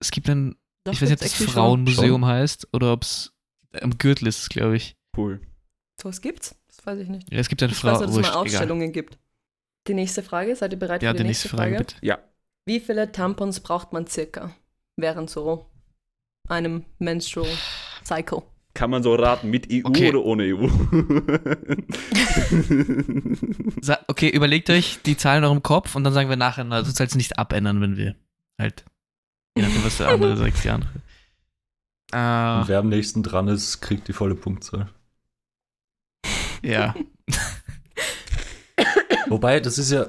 Speaker 1: Es gibt ein.
Speaker 3: Doch,
Speaker 1: Ich weiß nicht, ob
Speaker 3: gibt's
Speaker 1: es
Speaker 3: actually
Speaker 1: Frauenmuseum heißt oder ob es am Gürtel ist, glaube ich.
Speaker 4: Cool.
Speaker 3: schon. Sowas gibt's? Das weiß ich nicht.
Speaker 1: Ja, es gibt eine
Speaker 3: Ich weiß
Speaker 1: Frau. oh,
Speaker 3: nur, dass es
Speaker 1: wurscht,
Speaker 3: mal Ausstellungen gibt. Die nächste Frage, seid ihr bereit
Speaker 1: egal. Ja,
Speaker 3: für die,
Speaker 1: die nächste Frage, bitte.
Speaker 3: Wie viele Tampons braucht man circa während so einem Menstrual Cycle?
Speaker 4: Kann man so raten, mit EU
Speaker 1: Okay.
Speaker 4: oder ohne E EU?
Speaker 1: Sa okay, überlegt euch die Zahlen noch im Kopf und dann sagen wir nachher, na, du sollst nicht abändern, wenn wir halt. Je nachdem, was der andere sagt, die andere.
Speaker 5: Und
Speaker 1: Äh,
Speaker 5: wer am nächsten dran ist, kriegt die volle Punktzahl.
Speaker 1: ja.
Speaker 5: Wobei, das ist ja.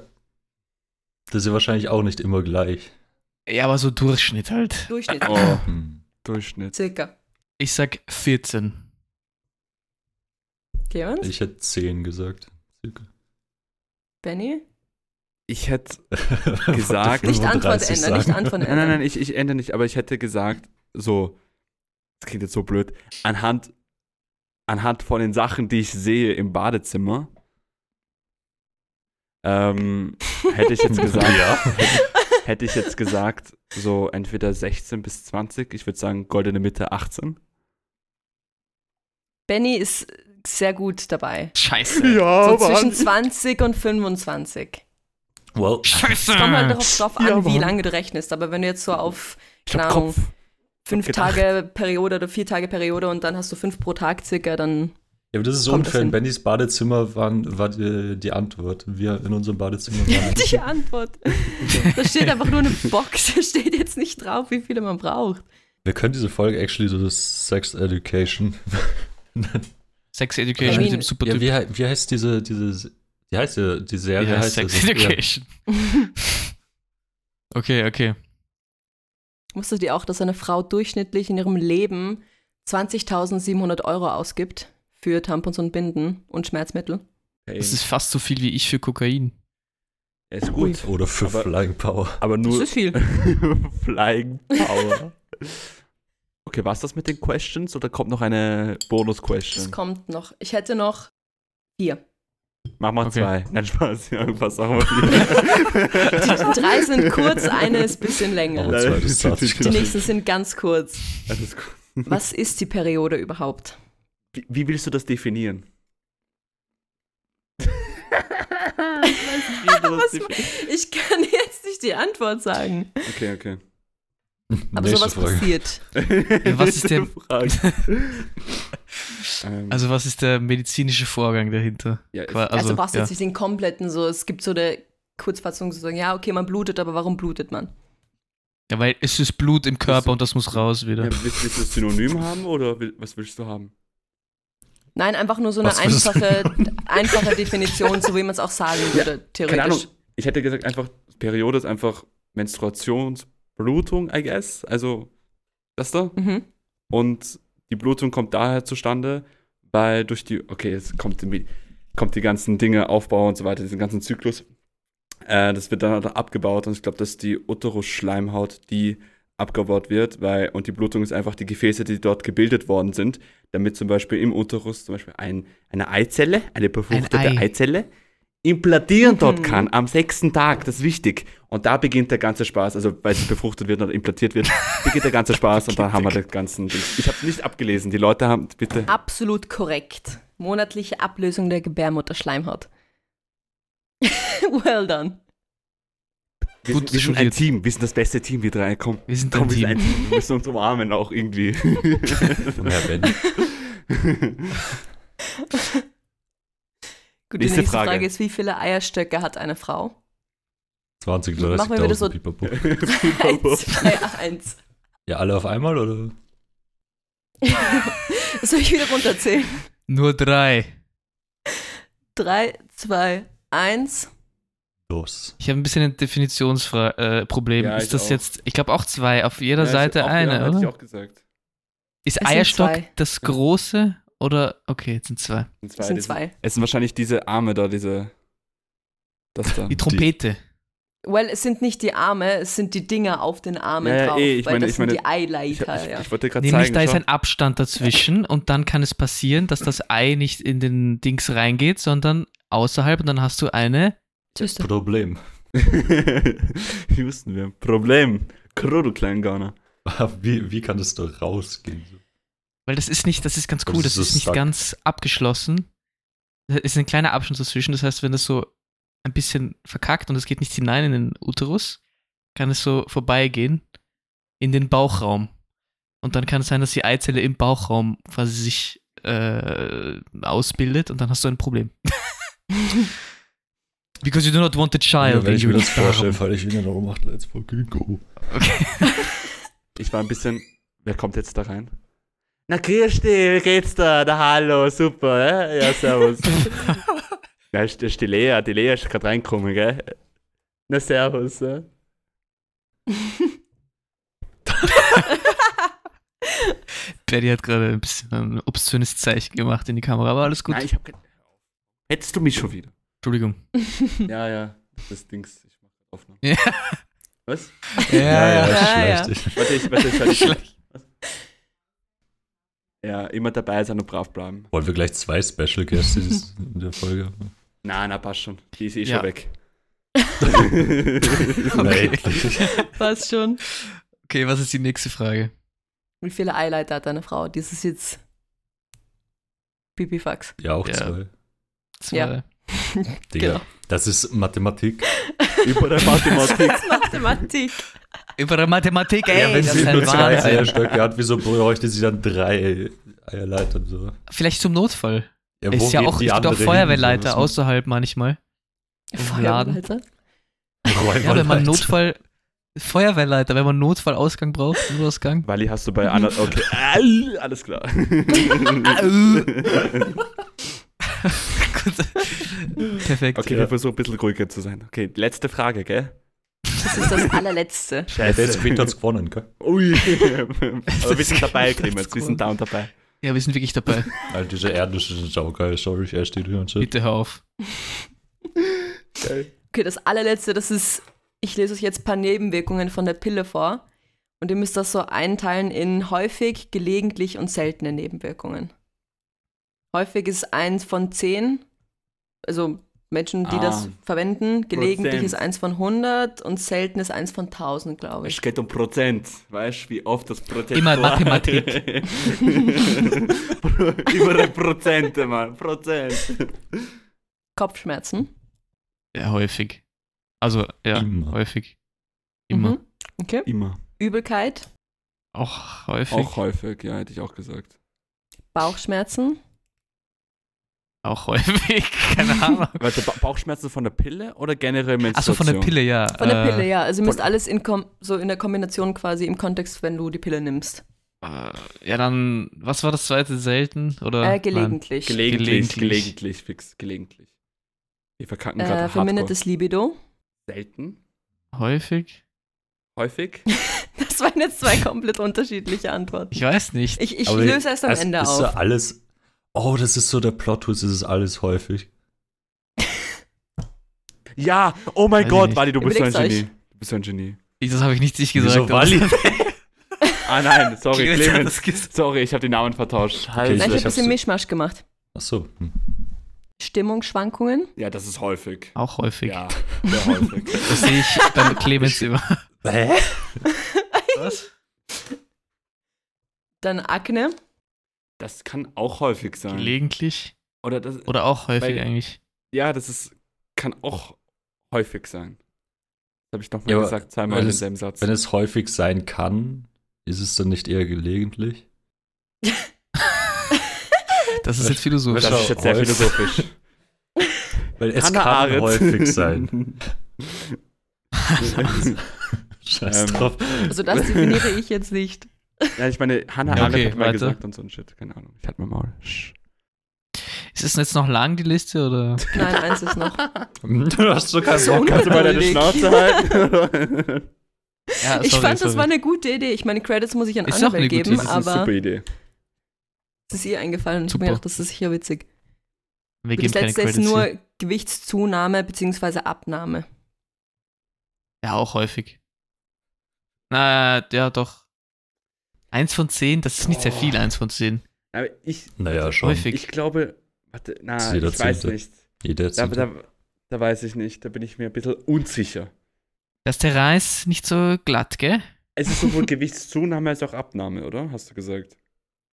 Speaker 5: Das ist ja wahrscheinlich auch nicht immer gleich.
Speaker 1: Ja, aber so Durchschnitt halt.
Speaker 3: Durchschnitt.
Speaker 4: oh,
Speaker 5: Hm.
Speaker 4: Durchschnitt.
Speaker 3: Circa.
Speaker 1: Ich sag 14.
Speaker 3: Clemens?
Speaker 5: Ich hätte 10 gesagt.
Speaker 3: Benny?
Speaker 4: Ich hätte
Speaker 5: Gesagt,
Speaker 3: Nicht Antwort ändern, nicht Antwort
Speaker 4: Nein, nein,
Speaker 3: ändern.
Speaker 4: nein, ich, ich ändere nicht, aber ich hätte gesagt, so, das klingt jetzt so blöd, anhand anhand von den Sachen, die ich sehe im Badezimmer, ähm, hätte ich jetzt gesagt,
Speaker 5: Ja.
Speaker 4: hätte ich jetzt gesagt, so entweder 16 bis 20, ich würde sagen goldene Mitte 18.
Speaker 3: Benny ist sehr gut dabei.
Speaker 1: Scheiße.
Speaker 4: Oh,
Speaker 3: so zwischen 20 und 25.
Speaker 5: Well,
Speaker 1: Scheiße.
Speaker 3: Es kommt halt darauf drauf an,
Speaker 4: Ja,
Speaker 3: wie
Speaker 4: Mann.
Speaker 3: lange du rechnest. Aber wenn du jetzt so auf
Speaker 4: Ich hab
Speaker 3: Genau.
Speaker 4: Kopf.
Speaker 3: fünf
Speaker 4: gedacht.
Speaker 3: Tage Periode oder vier Tage Periode und dann hast du fünf pro Tag circa, dann
Speaker 5: Ja, aber das ist so
Speaker 3: Kommt das
Speaker 5: unfair. In
Speaker 3: hin?
Speaker 5: Bennys Badezimmer waren, war die, die Antwort. Wir in unserem Badezimmer waren.
Speaker 3: die Antwort. Da steht einfach nur eine Box, da steht jetzt nicht drauf, wie viele man braucht.
Speaker 5: Wir können diese Folge actually so das Sex Education.
Speaker 1: Sex Education mit dem Supertyp.
Speaker 5: Ja, wie, hei- wie heißt diese, diese, wie heißt die, die Serie?
Speaker 1: Ja,
Speaker 5: heißt
Speaker 1: Sex
Speaker 5: das? Ja.
Speaker 1: Education. okay, okay.
Speaker 3: Wusstet ihr auch, dass eine Frau durchschnittlich in ihrem Leben 20.700 Euro ausgibt für Tampons und Binden und Schmerzmittel?
Speaker 1: Das ist fast so viel wie ich für Kokain.
Speaker 4: Er ist gut,
Speaker 5: Oder für
Speaker 4: Aber-
Speaker 5: Flying Power.
Speaker 4: aber
Speaker 3: Das
Speaker 4: nur
Speaker 3: ist viel.
Speaker 4: Flying Power. Okay, war's das mit den Questions oder kommt noch eine
Speaker 3: Es
Speaker 4: Bonus-Question?
Speaker 3: kommt noch. Ich hätte noch vier.
Speaker 4: Mach mal
Speaker 1: Okay.
Speaker 4: zwei. Nein, Spaß. Ja, Irgendwas auch mal vier.
Speaker 3: Die drei sind kurz, eine ist ein bisschen
Speaker 5: Aber
Speaker 4: Oh,
Speaker 3: länger.
Speaker 5: zwei, das ist zart.
Speaker 3: Die nächsten sind ganz kurz.
Speaker 4: Alles gut.
Speaker 3: Was ist die Periode überhaupt?
Speaker 4: Wie, wie willst du das definieren?
Speaker 3: Was- Ich kann jetzt nicht die Antwort sagen.
Speaker 4: Okay, okay.
Speaker 3: Aber
Speaker 5: Nächste
Speaker 3: sowas
Speaker 5: Frage.
Speaker 3: passiert.
Speaker 1: was ist der-
Speaker 4: Nächste Frage? ähm,
Speaker 1: Also was ist der medizinische Vorgang dahinter?
Speaker 4: ja,
Speaker 1: Qua-
Speaker 3: Also,
Speaker 1: Also,
Speaker 3: brauchst du
Speaker 1: ja.
Speaker 3: jetzt nicht den kompletten so. Es gibt so eine Kurzfassung, so sagen, ja, okay, man blutet, aber warum blutet man?
Speaker 1: ja, weil es ist Blut im Körper und das muss raus wieder.
Speaker 4: ja, willst, willst du das Synonym haben oder will, was willst du haben?
Speaker 3: Nein, einfach nur so eine
Speaker 5: Was willst du
Speaker 3: einfache, einfache Definition, so wie man es auch sagen würde,
Speaker 4: Keine Ahnung.
Speaker 3: theoretisch.
Speaker 4: Ich hätte gesagt, einfach, Periode ist einfach Menstruationsblutung, I guess. Also, das da.
Speaker 3: Mhm.
Speaker 4: Und die Blutung kommt daher zustande, weil durch die, okay, jetzt kommt die, kommt die ganzen Dinge, Aufbau und so weiter, diesen ganzen Zyklus. Äh, das wird dann halt abgebaut und ich glaube, das ist die Uterusschleimhaut, die abgebaut wird, weil, und die Blutung ist einfach die Gefäße, die dort gebildet worden sind, damit zum Beispiel im Uterus zum Beispiel ein, eine Eizelle, eine befruchtete
Speaker 1: Ei.
Speaker 4: Eizelle, implantieren dort
Speaker 3: Mhm.
Speaker 4: kann am sechsten Tag, das ist wichtig. Und da beginnt der ganze Spaß, also weil es befruchtet wird oder implantiert wird, beginnt der ganze Spaß und dann haben wir den ganzen Ding. Ich habe nicht abgelesen, die Leute haben, bitte.
Speaker 3: Absolut korrekt. Monatliche Ablösung der Gebärmutterschleimhaut. well done.
Speaker 4: Wir,
Speaker 1: Gut
Speaker 4: sind- wir sind ein
Speaker 1: studiert.
Speaker 4: Team, wir sind das beste Team, wir drei, komm.
Speaker 1: Wir sind
Speaker 4: Komm,
Speaker 1: ein
Speaker 4: wir sind
Speaker 1: Team.
Speaker 4: ein Team, wir müssen uns umarmen auch irgendwie.
Speaker 5: Ja, Benny.
Speaker 3: Gut,
Speaker 4: Nächste
Speaker 3: die nächste Frage.
Speaker 4: Frage
Speaker 3: ist, wie viele Eierstöcke hat eine Frau?
Speaker 5: 20,
Speaker 3: Machen wir wieder so-
Speaker 5: 30.000 Pipapo.
Speaker 3: Eins, zwei, eins.
Speaker 5: Ja, alle auf einmal oder?
Speaker 3: Soll ich wieder runterzählen?
Speaker 1: Nur drei.
Speaker 3: Drei, zwei, eins.
Speaker 5: Los.
Speaker 1: Ich habe ein bisschen ein Definitionsproblem. Äh, Problem.
Speaker 4: Ja, ich
Speaker 1: ist das
Speaker 4: auch.
Speaker 1: jetzt, ich glaube auch zwei, auf jeder
Speaker 4: Ja,
Speaker 1: Seite
Speaker 4: ich, auch,
Speaker 1: eine,
Speaker 4: ja, Hätte ich
Speaker 1: oder?
Speaker 4: auch gesagt.
Speaker 1: Ist
Speaker 3: sind
Speaker 1: Eierstock
Speaker 3: zwei.
Speaker 1: das große oder, okay, jetzt sind zwei.
Speaker 4: Es
Speaker 3: Das
Speaker 4: die
Speaker 3: sind zwei.
Speaker 4: Es sind wahrscheinlich diese Arme da, diese. Das da.
Speaker 1: Die Trompete.
Speaker 3: Well, es sind nicht die Arme, es sind die Dinger auf den Armen
Speaker 4: Ja, ja,
Speaker 3: drauf.
Speaker 4: eh, ich
Speaker 3: weil
Speaker 4: meine-
Speaker 3: das
Speaker 4: ich meine-
Speaker 3: sind die
Speaker 4: ich,
Speaker 3: Eileiter,
Speaker 4: ich,
Speaker 3: ja.
Speaker 4: ich wollte gerade
Speaker 1: Nämlich
Speaker 4: zeigen.
Speaker 1: da ist
Speaker 4: schau.
Speaker 1: ein Abstand dazwischen und dann kann es passieren, dass das Ei nicht in den Dings reingeht, sondern außerhalb und dann hast du eine.
Speaker 3: Tschüss.
Speaker 5: Problem.
Speaker 4: Houston, wir haben ein Problem. Kro, du kleinen Gauner.
Speaker 5: Wie, wie kann das da rausgehen?
Speaker 1: Weil das ist nicht, das ist ganz
Speaker 5: Das
Speaker 1: cool,
Speaker 5: ist
Speaker 1: das
Speaker 5: so
Speaker 1: ist nicht
Speaker 5: stuck.
Speaker 1: ganz abgeschlossen. Da ist ein kleiner Abstand dazwischen, das heißt, wenn das so ein bisschen verkackt und es geht nicht hinein in den Uterus, kann es so vorbeigehen in den Bauchraum. Und dann kann es sein, dass die Eizelle im Bauchraum quasi sich äh, ausbildet und dann hast du ein Problem. Because you do not want a child.
Speaker 5: wenn
Speaker 1: in
Speaker 5: ich mir
Speaker 1: your
Speaker 5: das vorstelle,
Speaker 1: darum.
Speaker 5: falle ich wieder darum macht Let's fucking go.
Speaker 4: Ich war ein bisschen. Wer kommt jetzt da rein? Na, Kirsti, wie geht's da? Na, hallo, super, äh? Ja, servus. Na, ist, ist die Lea, die Lea ist gerade reingekommen, gell? Na, servus, äh?
Speaker 1: Betty hat gerade ein bisschen ein obszönes Zeichen gemacht in die Kamera, aber alles gut.
Speaker 4: Nein, ich hab. ge- Hättest du mich schon wieder?
Speaker 1: Entschuldigung.
Speaker 4: Ja, ja, das Dings. Ich mach Aufnahme.
Speaker 1: Ja.
Speaker 4: Was?
Speaker 5: Ja, ja,
Speaker 3: Ah, ja,
Speaker 5: schlecht.
Speaker 4: Warte, ich, warte, ich, warte, ich, Ja, immer dabei sein und brav bleiben.
Speaker 5: Wollen wir gleich zwei Special Guests in dies- in der Folge?
Speaker 4: Na, na, passt schon. Die ist eh
Speaker 1: Ja.
Speaker 4: schon weg.
Speaker 1: Okay.
Speaker 5: Nein.
Speaker 3: Passt schon.
Speaker 1: okay, was ist die nächste Frage?
Speaker 3: Wie viele Eyelighter hat deine Frau? Das ist jetzt Pipifax.
Speaker 5: Ja, auch
Speaker 1: Ja.
Speaker 5: zwei.
Speaker 1: Zwei.
Speaker 3: Ja.
Speaker 5: Digga,
Speaker 3: Genau.
Speaker 5: das ist Mathematik.
Speaker 4: Über der Mathematik.
Speaker 3: Das ist Mathematik.
Speaker 1: Über Mathematik, ey,
Speaker 3: Ja, wenn
Speaker 1: das
Speaker 5: Wenn
Speaker 1: ist
Speaker 5: sie nur
Speaker 1: ein
Speaker 5: zwei
Speaker 1: Wahnsinn.
Speaker 5: Eierstöcke hat, wieso bräuchte sie dann drei Eierleitern? So?
Speaker 1: Vielleicht zum Notfall.
Speaker 5: Ja, wo
Speaker 1: ist ja
Speaker 5: geht
Speaker 1: auch,
Speaker 5: die
Speaker 1: es gibt auch
Speaker 5: andere hin?
Speaker 1: Feuerwehrleiter
Speaker 5: So, was-
Speaker 1: außerhalb manchmal. Im Laden.
Speaker 3: Feuerleiter.
Speaker 1: Ja, wenn man
Speaker 5: Räuberleiter.
Speaker 1: Notfall. Feuerwehrleiter, wenn man Notfallausgang braucht, Notausgang.
Speaker 4: Wally, hast du bei Anna. Okay. All- Alles klar.
Speaker 1: Gut. Perfekt.
Speaker 4: Okay, wir versuchen ein bisschen ruhiger zu sein. Okay, letzte Frage, gell?
Speaker 3: Das ist das allerletzte.
Speaker 5: Ja, der ist hat gewonnen, gell?
Speaker 4: Ui. Aber wir sind dabei,
Speaker 1: Let's
Speaker 4: Clemens. Wir
Speaker 1: go.
Speaker 4: sind da und dabei.
Speaker 1: Ja, wir sind wirklich dabei.
Speaker 5: All diese irdischen sind saugeil, sorry, er steht hier und shit.
Speaker 1: Bitte hör auf.
Speaker 3: Okay, das allerletzte, das ist, ich lese euch jetzt ein paar Nebenwirkungen von der Pille vor. Und ihr müsst das so einteilen in häufig, gelegentlich und seltene Nebenwirkungen. Häufig ist eins von zehn, also Menschen, die
Speaker 4: Ah.
Speaker 3: das verwenden. Gelegentlich
Speaker 4: Prozent.
Speaker 3: ist eins von 100 und selten ist eins von 1000, glaube ich.
Speaker 4: Es geht um Prozent. Weißt du, wie oft das Prozent.
Speaker 1: Immer Mathematik.
Speaker 4: Über die Prozente, Mann. Prozent.
Speaker 3: Kopfschmerzen.
Speaker 1: Ja, häufig. Also, ja,
Speaker 5: Immer.
Speaker 1: häufig. Immer.
Speaker 3: Mhm. Okay.
Speaker 4: Immer.
Speaker 3: Übelkeit,
Speaker 1: Auch häufig.
Speaker 4: Auch
Speaker 1: Auch,
Speaker 4: häufig, ja, hätte ich auch gesagt.
Speaker 3: Bauchschmerzen.
Speaker 1: häufig. Keine Ahnung.
Speaker 4: Warte, Ba- Bauchschmerzen von der Pille oder generell
Speaker 1: Achso,
Speaker 4: Menstruation?
Speaker 1: von der Pille, ja.
Speaker 3: Von der
Speaker 1: Äh,
Speaker 3: Pille, ja. Also ihr müsst alles in Kom so in der Kombination quasi im Kontext, wenn du die Pille nimmst.
Speaker 1: äh, Ja, dann, was war das zweite? Selten? Oder?
Speaker 3: Äh, gelegentlich.
Speaker 4: Gelegentlich,
Speaker 1: Gelegentlich.
Speaker 4: gelegentlich, fix, gelegentlich. Wir verkacken
Speaker 3: äh,
Speaker 4: gerade hardcore.
Speaker 3: vermindertes Libido.
Speaker 4: Selten,
Speaker 1: Nein. Häufig?
Speaker 4: häufig.
Speaker 3: Das waren jetzt zwei komplett unterschiedliche Antworten.
Speaker 1: Ich weiß nicht.
Speaker 3: Ich, ich
Speaker 5: Aber
Speaker 3: löse erst am
Speaker 5: es
Speaker 3: Ende
Speaker 5: ist so
Speaker 3: auf.
Speaker 5: alles. Oh, das ist so der Plot-Twist, es ist alles häufig.
Speaker 4: Ja, oh mein
Speaker 1: Weiß ich
Speaker 4: Gott,
Speaker 1: nicht.
Speaker 4: Wally, du bist so ein
Speaker 3: Überlegt's
Speaker 4: Genie. Du bist so ein Genie.
Speaker 1: Ich- Das habe ich nicht ich gesagt.
Speaker 5: Wieso
Speaker 1: aber-
Speaker 5: Wally?
Speaker 4: Ah nein, sorry,
Speaker 1: Clemens hat
Speaker 4: Clemens.
Speaker 1: das gesagt.
Speaker 4: Sorry, ich habe die Namen vertauscht.
Speaker 5: ich-
Speaker 3: Nein, ich
Speaker 5: ich
Speaker 3: habe ein
Speaker 5: hab's-
Speaker 3: bisschen Mischmasch gemacht.
Speaker 5: Achso. hm.
Speaker 3: Stimmungsschwankungen.
Speaker 4: Ja, das ist häufig.
Speaker 1: Auch häufig.
Speaker 4: Ja, sehr häufig.
Speaker 1: Das sehe ich beim Clemens immer.
Speaker 5: Hä?
Speaker 1: Was?
Speaker 3: Dann Akne.
Speaker 4: Das kann auch häufig sein.
Speaker 1: Gelegentlich.
Speaker 4: Oder das,
Speaker 1: Oder auch häufig
Speaker 4: Weil-
Speaker 1: eigentlich.
Speaker 4: ja, das ist, kann auch häufig sein. Das habe ich nochmal
Speaker 5: Ja, aber
Speaker 4: gesagt, zweimal
Speaker 5: wenn
Speaker 4: in
Speaker 5: es-
Speaker 4: demselben Satz.
Speaker 5: Wenn es häufig sein kann, ist es dann nicht eher gelegentlich?
Speaker 1: Das ist jetzt philosophisch.
Speaker 5: Das
Speaker 4: das ist jetzt sehr
Speaker 5: Häufig.
Speaker 4: philosophisch.
Speaker 5: Weil es
Speaker 4: Hannah
Speaker 5: kann
Speaker 4: Arendt.
Speaker 5: häufig sein. Scheiß
Speaker 4: Ähm,
Speaker 5: drauf.
Speaker 3: Also das definiere ich jetzt nicht.
Speaker 4: Ja, ich meine, Hannah
Speaker 1: Ja,
Speaker 4: Arendt
Speaker 1: okay,
Speaker 4: hat mal
Speaker 1: weiter.
Speaker 4: gesagt und so ein Shit. Keine Ahnung. Ich halt mein Maul. Sch.
Speaker 1: Ist es jetzt noch lang, die Liste? Oder?
Speaker 3: Nein, eins ist noch.
Speaker 5: Du Hm, hast sogar
Speaker 3: So
Speaker 5: Bock.
Speaker 4: Kannst du mal deine
Speaker 3: Überleg.
Speaker 4: Schnauze halten?
Speaker 1: Ja,
Speaker 3: ich
Speaker 1: sorry,
Speaker 3: fand, das
Speaker 1: sorry.
Speaker 3: war eine gute Idee. Ich meine, Credits muss ich an
Speaker 1: Ist doch
Speaker 3: Annabelle
Speaker 1: eine gute
Speaker 3: geben,
Speaker 1: Idee.
Speaker 4: das ist eine
Speaker 3: aber
Speaker 4: super Idee.
Speaker 3: es ist ihr eingefallen und ich habe mir
Speaker 1: Super.
Speaker 3: gedacht, das ist sicher witzig.
Speaker 1: Wir
Speaker 3: Das
Speaker 1: geben keine
Speaker 3: letzte
Speaker 1: Credits.
Speaker 3: ist nur
Speaker 1: hier.
Speaker 3: Gewichtszunahme bzw. Abnahme.
Speaker 1: ja, auch häufig. Na, ja, doch. Eins von zehn, das ist nicht sehr viel, eins von zehn.
Speaker 4: Aber ich,
Speaker 5: Naja, schon.
Speaker 1: Häufig.
Speaker 4: ich glaube, warte, na,
Speaker 5: Das
Speaker 4: ich
Speaker 5: ist jeder
Speaker 4: weiß
Speaker 5: Zehnte.
Speaker 4: nicht.
Speaker 5: Jeder
Speaker 4: Da,
Speaker 5: zieht-
Speaker 4: da, da weiß ich nicht. Da bin ich mir ein bisschen unsicher.
Speaker 1: Da ist der Reis nicht so glatt, gell?
Speaker 4: Es ist sowohl Gewichtszunahme als auch Abnahme, oder? Hast du gesagt?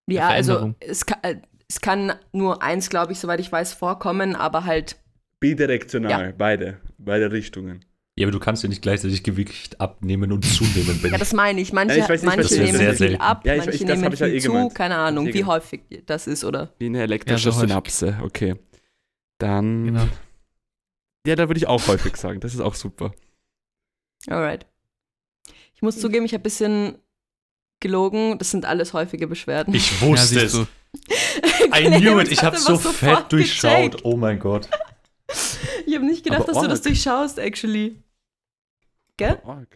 Speaker 1: Eine
Speaker 3: Ja, also
Speaker 1: Veränderung.
Speaker 3: es kann, äh, es kann nur eins, glaube ich, soweit ich weiß, vorkommen, aber halt,
Speaker 4: Bidirektional, beide. Beide Richtungen.
Speaker 5: Ja, aber du kannst ja nicht gleichzeitig Gewicht abnehmen und zunehmen, wenn
Speaker 3: ja, das meine ich. Manche,
Speaker 4: Ja, ich weiß nicht, was
Speaker 3: manche
Speaker 4: das
Speaker 3: nehmen
Speaker 4: ist.
Speaker 5: Sehr
Speaker 3: viel
Speaker 5: selten.
Speaker 3: ab,
Speaker 4: Ja, ich-
Speaker 3: manche
Speaker 4: ich- das hab
Speaker 3: nehmen
Speaker 4: ich ja
Speaker 3: viel
Speaker 4: eh
Speaker 3: zu,
Speaker 4: gemeint.
Speaker 3: keine Ahnung,
Speaker 4: Ja,
Speaker 3: wie
Speaker 4: genau.
Speaker 3: häufig das ist, oder?
Speaker 4: Wie eine elektrische
Speaker 1: Ja, so häufig.
Speaker 4: Synapse, okay. Dann.
Speaker 1: Genau.
Speaker 4: Ja, da würde ich auch häufig sagen. Das ist auch super.
Speaker 3: Alright. Ich muss zugeben, ich habe ein bisschen gelogen. Das sind alles häufige Beschwerden.
Speaker 5: Ich
Speaker 1: ja,
Speaker 5: wusste
Speaker 1: siehst
Speaker 5: es.
Speaker 1: du.
Speaker 5: I
Speaker 3: Clemens
Speaker 5: knew it. Ich
Speaker 3: hat
Speaker 5: habe
Speaker 3: aber
Speaker 5: so
Speaker 3: sofort
Speaker 5: fett durchschaut.
Speaker 3: gecheckt.
Speaker 5: Oh mein Gott.
Speaker 3: Ich habe nicht gedacht,
Speaker 4: Aber
Speaker 3: dass du das
Speaker 4: Org.
Speaker 3: durchschaust, actually. Gell?
Speaker 4: Org.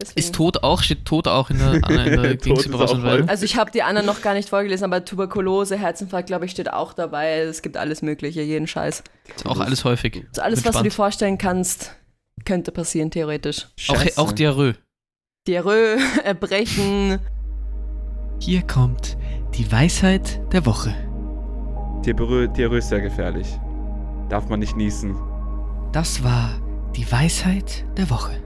Speaker 3: Deswegen.
Speaker 1: Ist tot auch, steht tot auch in der, in der
Speaker 4: Tod
Speaker 1: Dings
Speaker 4: ist
Speaker 1: über Haus
Speaker 4: auch
Speaker 1: und Weide?
Speaker 4: häufig.
Speaker 3: Also ich habe die anderen noch gar nicht vorgelesen, aber Tuberkulose, Herzinfarkt, glaube ich, steht auch dabei. Es gibt alles Mögliche, jeden Scheiß.
Speaker 1: Ist auch alles häufig.
Speaker 3: Also alles,
Speaker 1: Bin
Speaker 3: was du dir
Speaker 1: gespannt.
Speaker 3: vorstellen kannst, könnte passieren, theoretisch.
Speaker 1: Auch,
Speaker 4: Scheiße.
Speaker 1: auch Diarrhoe.
Speaker 3: Diarrhoe, Erbrechen.
Speaker 1: Hier kommt Die Weisheit der Woche.
Speaker 4: Diarrhoe Diarrhoe ist sehr gefährlich. Darf man nicht niesen.
Speaker 1: Das war die Weisheit der Woche.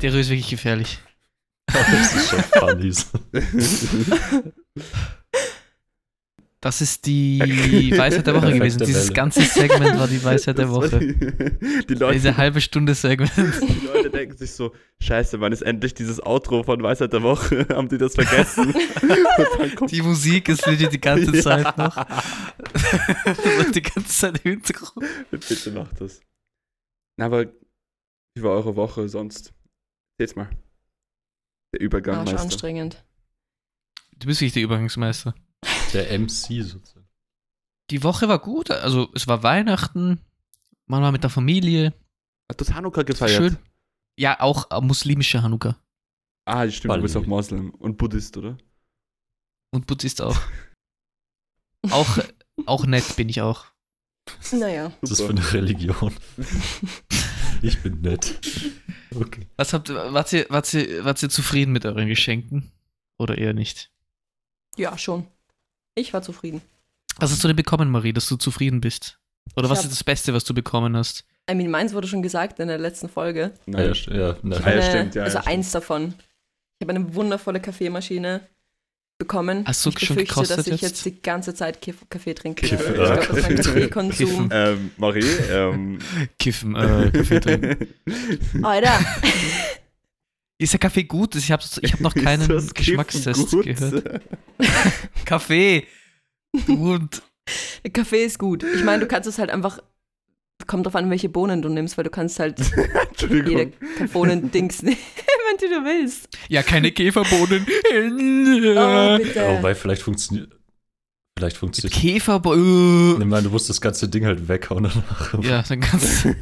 Speaker 1: Der Rö ist wirklich gefährlich.
Speaker 5: Das ist schon funny.
Speaker 1: Das ist die Weisheit der Woche
Speaker 5: Perfekte
Speaker 1: gewesen. Dieses
Speaker 5: Welle.
Speaker 1: ganze Segment war die Weisheit der
Speaker 4: Das war
Speaker 1: Woche.
Speaker 4: Die, die,
Speaker 1: Diese
Speaker 4: Leute,
Speaker 1: halbe Stunde Segment.
Speaker 4: die Leute denken sich so, scheiße, wann ist endlich dieses Outro von Weisheit der Woche? Haben die das vergessen? Und dann kommt
Speaker 1: Die Musik ist legit die ganze
Speaker 4: Ja.
Speaker 1: Zeit noch. die ganze Zeit im Hintergrund.
Speaker 4: Bitte macht das. Na, aber wie war eure Woche sonst? Jetzt mal. Der Übergang,
Speaker 3: Arsch
Speaker 4: Meister.
Speaker 3: anstrengend.
Speaker 1: Du bist wirklich der Übergangsmeister.
Speaker 5: Der MC sozusagen.
Speaker 1: Die Woche war gut. Also es war Weihnachten. Man war mit der Familie.
Speaker 4: Hat das Hanukkah
Speaker 1: Es war
Speaker 4: gefeiert?
Speaker 1: schön. Ja, auch äh, muslimische Hanukkah.
Speaker 4: Ah, stimmt, du bist auch
Speaker 5: Balli.
Speaker 4: Moslem und Buddhist, oder?
Speaker 1: Und Buddhist auch. Auch, auch nett bin ich auch.
Speaker 3: Naja.
Speaker 5: Was ist das für
Speaker 4: Super.
Speaker 5: eine Religion? Ich bin nett. Okay.
Speaker 1: Was habt, wart, ihr, wart, ihr, wart ihr zufrieden mit euren Geschenken? Oder eher nicht?
Speaker 3: Ja, schon. Ich war zufrieden.
Speaker 1: Was hast du denn bekommen, Marie, dass du zufrieden bist? Oder
Speaker 3: Ich
Speaker 1: was
Speaker 3: hab-
Speaker 1: ist das Beste, was du bekommen hast?
Speaker 3: I mean, meins wurde schon gesagt in der letzten Folge.
Speaker 5: Ja,
Speaker 4: Nein.
Speaker 5: ja, st- ja, na,
Speaker 4: Ah, ja,
Speaker 3: Eine-
Speaker 4: stimmt, ja, ja,
Speaker 3: also
Speaker 4: stimmt.
Speaker 3: eins davon. Ich habe eine wundervolle Kaffeemaschine bekommen.
Speaker 1: Hast du
Speaker 3: ich
Speaker 1: schon
Speaker 3: befürchte,
Speaker 1: gekostet
Speaker 3: dass ich
Speaker 1: jetzt?
Speaker 3: jetzt? die ganze Zeit Kiff Kaffee trinke.
Speaker 4: Kiff-
Speaker 3: ich
Speaker 4: ja.
Speaker 3: glaube, das ist mein Kaffeekonsum.
Speaker 1: Kiffen.
Speaker 4: Ähm, Marie, ähm.
Speaker 1: Kiffen, äh, Kaffee trinken.
Speaker 3: Alter,
Speaker 1: Ist der Kaffee gut? Ich habe ich hab noch keinen
Speaker 4: Ist das Kiffen
Speaker 1: Geschmackstest
Speaker 4: gut?
Speaker 1: gehört. Kaffee! Gut.
Speaker 3: Kaffee ist gut. Ich meine, du kannst es halt einfach. Kommt drauf an, welche Bohnen du nimmst, weil du kannst halt jede
Speaker 4: Entschuldigung.
Speaker 3: Bohnen-Dings nehmen, die du willst.
Speaker 1: Ja, keine Käferbohnen.
Speaker 3: Oh,
Speaker 1: Mit
Speaker 3: bitte.
Speaker 5: wobei, vielleicht funktioniert. Vielleicht funktioniert. Ich
Speaker 1: Käferbohnen.
Speaker 5: meine, du musst das ganze Ding halt weghauen danach.
Speaker 1: Ja, dann kannst du.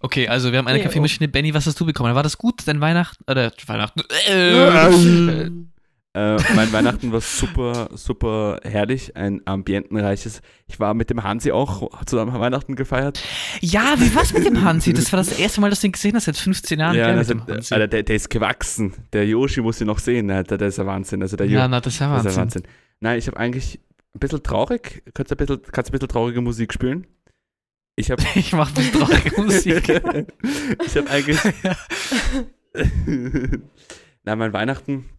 Speaker 1: Okay, also wir haben eine
Speaker 3: Ja,
Speaker 1: Kaffeemaschine. Benny, was hast du bekommen? War das gut, dein Weihnachten? Oder Weihnachten? Äh,
Speaker 4: Ähm, äh, mein Weihnachten war super, super herrlich, ein ambientenreiches. Ich war mit dem Hansi auch zusammen Weihnachten gefeiert.
Speaker 1: Ja, wie war's mit dem Hansi? Das war das erste Mal, dass du ihn gesehen hast seit 15 Jahren. gell, mit
Speaker 4: also,
Speaker 1: dem Hansi.
Speaker 4: Alter, der, der ist gewachsen. Der Yoshi muss ihn noch sehen, Alter, der ist ein Wahnsinn. Also der, jo
Speaker 1: ja, na, das ist ja
Speaker 4: Das
Speaker 1: Wahnsinn.
Speaker 4: ist ja Wahnsinn. Nein, ich habe eigentlich ein bisschen traurig. Kannst du ein bisschen, kannst du ein bisschen traurige Musik spielen? Ich habe
Speaker 1: Ich mach das traurige Musik.
Speaker 4: ich habe eigentlich. Nein, mein Weihnachten.